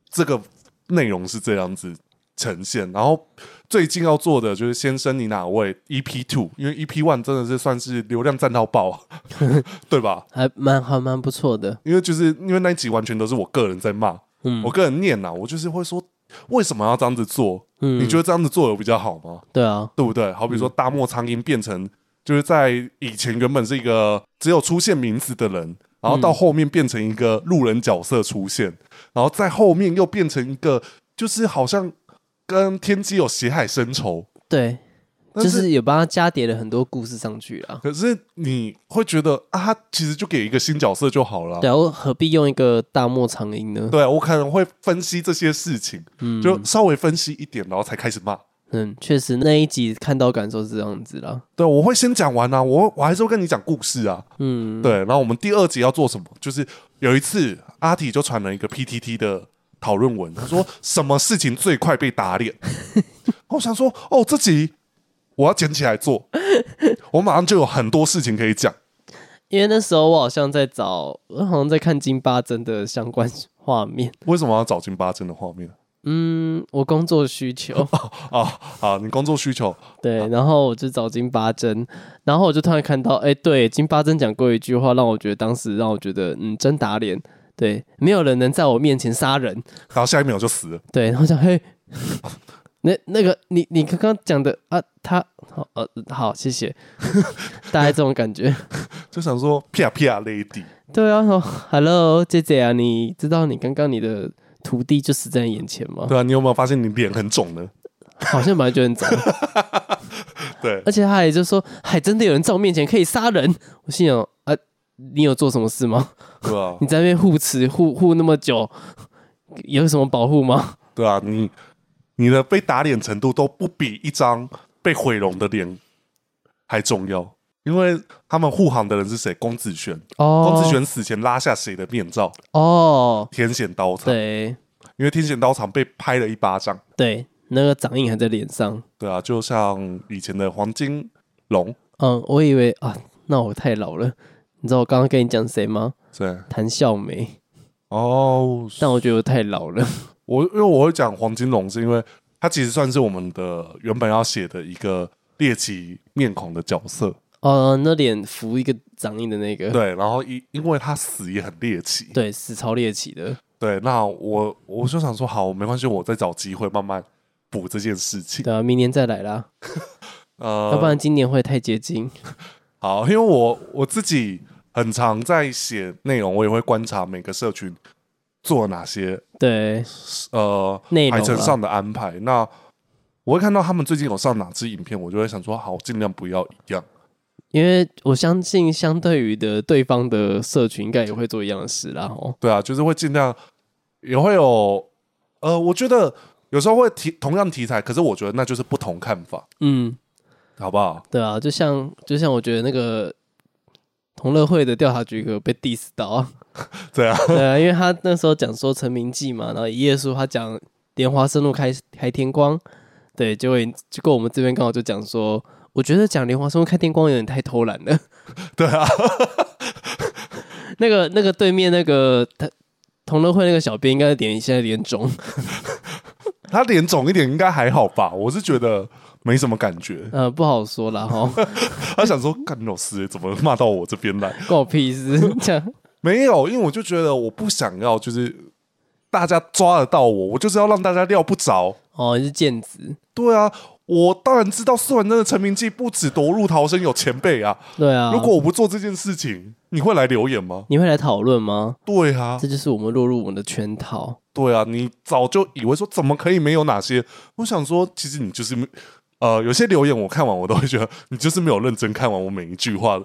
B: 这个内容是这样子呈现，然后最近要做的就是先生你哪位 EP two，因为 EP one 真的是算是流量占 到爆，对吧？
A: 还蛮还蛮不错的，
B: 因为就是因为那一集完全都是我个人在骂，
A: 嗯
B: 我个人念呐、我就是会说为什么要这样子做？
A: 嗯
B: 你觉得这样子做有比较好吗？
A: 对啊，
B: 对不对？好比说大漠苍鹰变成就是在以前原本是一个只有出现名字的人，
A: 嗯
B: 然后到后面变成一个路人角色出现，然后在后面又变成一个就是好像跟天机有血海深仇，
A: 对，
B: 但
A: 就是是也帮他加叠了很多故事上去啊。
B: 可是你会觉得啊，他其实就给一个新角色就好了啊。
A: 对啊，我何必用一个大漠长音呢？
B: 对，我可能会分析这些事情，就稍微分析一点，然后才开始骂。
A: 嗯，确实那一集看到感受是这样子啦。
B: 对，我会先讲完啊，我我还是会跟你讲故事啊。
A: 嗯，
B: 对，然后我们第二集要做什么？就是有一次阿体就传了一个 PTT 的讨论文，他说什么事情最快被打脸？我想说，哦，这集我要捡起来做，我马上就有很多事情可以讲。
A: 因为那时候我好像在找，我好像在看金八针的相关画面。
B: 为什么要找金八针的画面？
A: 嗯，我工作需求
B: 啊啊，你工作需求
A: 对，然后我就找金八针，然后我就突然看到，哎，对，金八针讲过一句话，让我觉得当时让我觉得，嗯，真打脸。对，没有人能在我面前杀人。
B: 然后下一秒就死了。
A: 对，然后想嘿， 那那个你你刚刚讲的啊，他好呃好，谢谢， 大概这种感觉。
B: 就想说啪啪 lady，
A: 对啊，说 Hello 姐姐啊，你知道你刚刚你的徒弟就死在你眼前吗？
B: 对啊，你有没有发现你脸很肿呢？
A: 好像本来就很糟，
B: 对
A: 而且他还就说，还真的有人在我面前可以杀人。我心想啊，你有做什么事吗？
B: 对啊，
A: 你在那边护持护护那么久，有什么保护 吗？
B: 对啊，你你的被打脸程度都不比一张被毁容的脸还重要，因为他们护航的人是谁？龚子璇，龚子
A: 哦
B: 璇死前拉下谁的面罩？
A: 哦，
B: 天险刀场，
A: 对
B: 因为天险刀场被拍了一巴掌。
A: 对，那个掌印还在脸上。
B: 对啊，就像以前的黄金龙，
A: 嗯，我以为啊，那我太老了。你知道我刚刚跟你讲谁吗？
B: 对
A: 谭笑梅，
B: 哦，
A: 但我觉得我太老了。
B: 我因为我会讲黄金龙，是因为他其实算是我们的原本要写的一个猎奇面孔的角色，
A: 哦，那脸浮一个掌印的那个，
B: 对。然后因因为他死也很猎奇，
A: 对，是超猎奇的。
B: 对。那我我就想说，好，没关系，我再找机会慢慢补这件事情。
A: 对啊，明年再来啦，要不
B: 呃，
A: 然今年会太接近。
B: 好，因为我我自己很常在写内容，我也会观察每个社群做哪些
A: 对，
B: 呃
A: 内容
B: 排
A: 啊
B: 程上的安排。那我会看到他们最近有上哪支影片，我就会想说，好，尽量不要一样。
A: 因为我相信，相对于的对方的社群，应该也会做一样的事啦。哦，
B: 对啊，就是会尽量也会有呃，我觉得有时候会题同样题材，可是我觉得那就是不同看法，
A: 嗯，
B: 好不好？
A: 对啊，就像就像我觉得那个同乐会的调查局可被 diss 到啊，
B: 对啊，
A: 对啊，因为他那时候讲说《成名记》嘛，然后一页书他讲莲花生路开开天光，对，结果结果我们这边刚好就讲说，我觉得讲莲花生路开天光有点太偷懒了。
B: 对啊，
A: 那个那个对面那个他同乐会那个小编应该脸现在脸肿，
B: 他脸肿一点应该还好吧？我是觉得没什么感觉。
A: 呃，不好说 了哈，
B: 他想说，干老师怎么骂到我这边来？
A: 关我屁事。 这样
B: 没有，因为我就觉得我不想要，就是大家抓得到我，我就是要让大家料不着。
A: 哦，你是剑子，
B: 对啊，我当然知道苏完真的成名记不止夺入逃生有前辈啊。
A: 对啊。
B: 如果我不做这件事情，你会来留言吗？
A: 你会来讨论吗？
B: 对啊，
A: 这就是我们落入我们的圈套。
B: 对啊，你早就以为说怎么可以没有哪些？我想说，其实你就是没呃，有些留言我看完我都会觉得你就是没有认真看完我每一句话。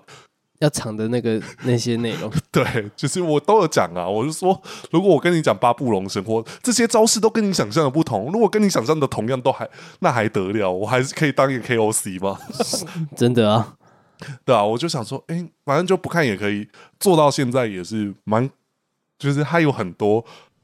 A: 要藏的那 个那些内容，
B: 对，就是我都有讲啊，我就说，如果我跟你讲八部龙神或这些招式都跟你想象的不同，如果跟你想象的同样，都还那还得了？我还是可以当一个 KOC 吗？
A: 真的啊，
B: 对啊，我就想说，哎，反正就不看也可以，做到现在也是蛮，就是它有很多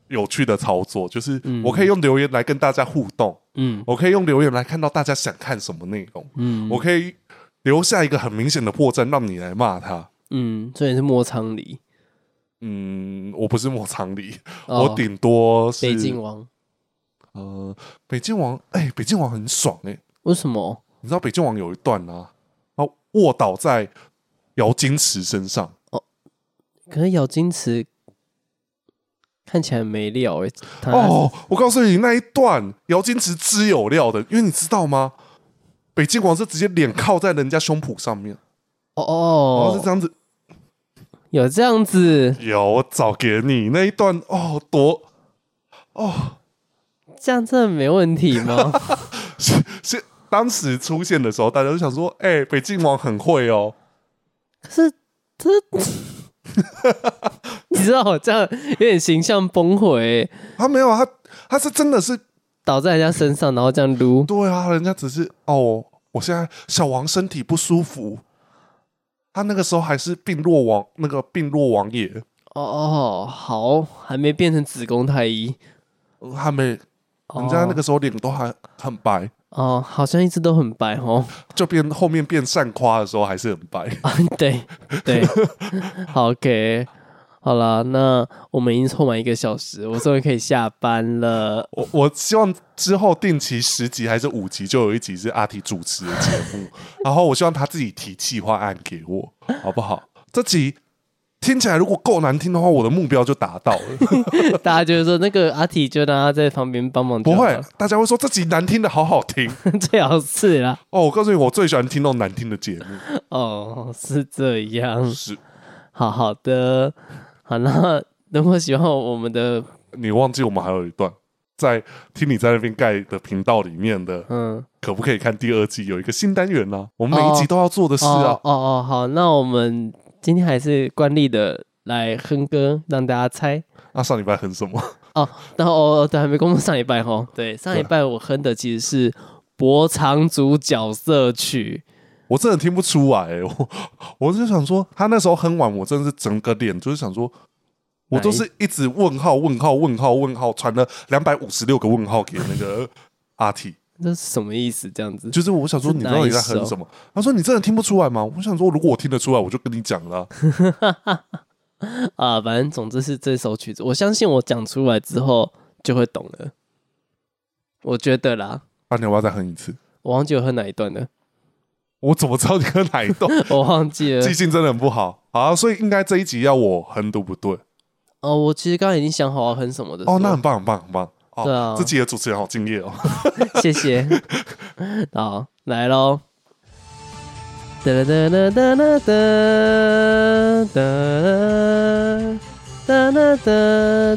B: 有趣的操作，就是我可以用留言来跟大家互动。
A: 嗯
B: 我可以用留言来看到大家想看什么内容，
A: 嗯
B: 我可以留下一个很明显的破绽，让你来骂他。
A: 嗯，所以是莫昌黎，
B: 嗯，我不是莫常理，
A: 哦
B: 我顶多是
A: 北境王，
B: 呃北京王，哎、北京王很爽哎、
A: 为什么？
B: 你知道北京王有一段啊，啊卧倒在姚金池身上，
A: 可是咬金池看起来没料哎、他
B: 哦，我告诉你那一段姚金池之有料的，因为你知道吗？北京王是直接脸靠在人家胸脯上面，
A: 哦
B: 然后是
A: 哦
B: 这，样子
A: 有这样子，
B: 有，我找给你那一段哦，多
A: 这样真的没问题吗？
B: 是是当时出现的时候，大家就想说，哎、北京王很会哦，
A: 可是 这，你知道我这样有点形象崩毁欸、
B: 他没有啊，他他是真的是
A: 倒在人家身上，然后这样撸，
B: 对啊，人家只是哦，我现在小王身体不舒服，他那个时候还是病弱王那个病弱王爷，
A: 哦哦，好，还没变成子宫太医，
B: 呃他没
A: 哦
B: 人家那个时候脸都还很白，
A: 哦，好像一直都很白哦。
B: 就变后面变善夸的时候还是很白，
A: 啊，对对，好给，好啦，那我们已经凑满一个小时，我终于可以下班了。
B: 我我希望之后定期十集还是五集，就有一集是阿提主持的节目，然后我希望他自己提企划案给我，好不好？这集听起来如果够难听的话，我的目标就达到了。
A: 大家就是说那个阿体就让他在旁边帮忙就
B: 不
A: 好
B: 会
A: 了，，
B: 大家会说这集难听的好好听
A: 最好是啦。
B: 哦。我告诉你，我最喜欢听那种难听的节目。
A: 哦，是这样。
B: 是
A: 好好的，好那如果喜欢我们的，
B: 你忘记我们还有一段在听你在那边盖的频道里面的，
A: 嗯，
B: 可不可以看第二季有一个新单元呢、我们每一集都要做的事啊。
A: 哦哦哦，好，那我们今天还是惯例的来哼歌，让大家猜。
B: 那、上礼拜很什么？
A: 哦，然后哦，对，还没公布上一拜哦。对，上一拜我哼的其实是《博长族角色曲
B: 我真的听不出来、欸，我我就想说，他那时候很晚，我真的是整个脸就是想说，我都是一直问号问号问号问号，传了两百五十六个问号给那个阿 T，》，
A: 这是什么意思？这样子
B: 就是我想说
A: 是
B: 你
A: 哪
B: 到底在
A: 一首
B: 哼什么？他说你真的听不出来吗？我想说，如果我听得出来，我就跟你讲了啊。
A: 啊、反正总之是这首曲子，我相信我讲出来之后就会懂了。我觉得啦，
B: 啊，你要不要再哼一次？
A: 我忘记我哼哪一段了，
B: 我怎么知道你哼哪 一段？
A: 我忘记了
B: 记。性真的很不好。好、啊，所以应该这一集要我哼，对不对？
A: 哦，我其实刚刚已经想好我要哼什么的时候。
B: 哦，那很棒，很棒，很棒。哦，
A: 啊对啊
B: 这集的主持人好敬业哦。
A: 谢谢。好，来喽。哒啦哒啦哒啦哒哒啦哒啦哒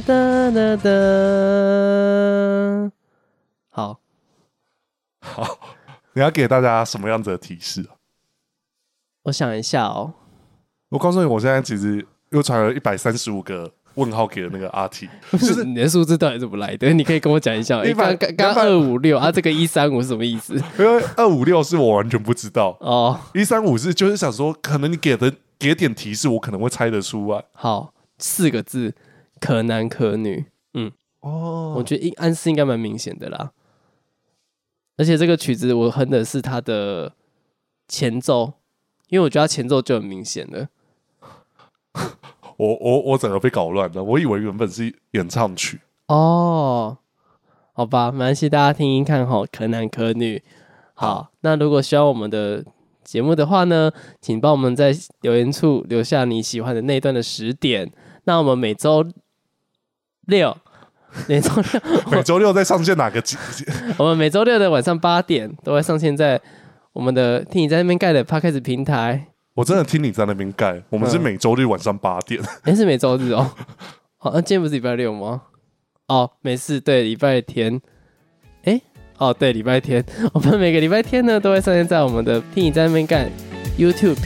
A: 哒啦哒。好，
B: 你要给大家什么样子的提示啊？
A: 我想一下哦。
B: 我告诉你，我现在其实又传了一百三十五个问号给了那个阿 T，
A: 就是你的数字到底怎么来的？你可以跟我讲一下。诶
B: 一百
A: 刚刚刚二五六啊，这个一三五是什么意思？
B: 因为二五六是我完全不知道，
A: 哦，
B: 一三五是就是想说，可能你给的给点提示，我可能会猜得出来。
A: 好，四个字，可男可女。我
B: 哦，
A: 觉得应暗示应该蛮明显的啦。而且这个曲子我哼的是它的前奏，因为我觉得它前奏就很明显了。
B: 我我我整个被搞乱了，我以为原本是演唱曲。
A: 哦，好吧，没关系，大家听听看哈，可男可女。好，那如果需要我们的节目的话呢，请帮我们在留言处留下你喜欢的那一段的时点。那我们每周六，每周六
B: 每周六在上线哪个集？集
A: 我们每周六的晚上八点都会上线在我们的听你在那边盖的 Podcast 平台，
B: 我真的听你在那边盖，我们是
A: 嗯
B: 每周日晚上八点。
A: 诶，是每周日哦。哦，那今天不是礼拜六吗？哦，没事，对，礼拜天。诶， 哦，对，礼拜天，我们每个礼拜天呢都会上线在我们的听你在那边盖 YouTube、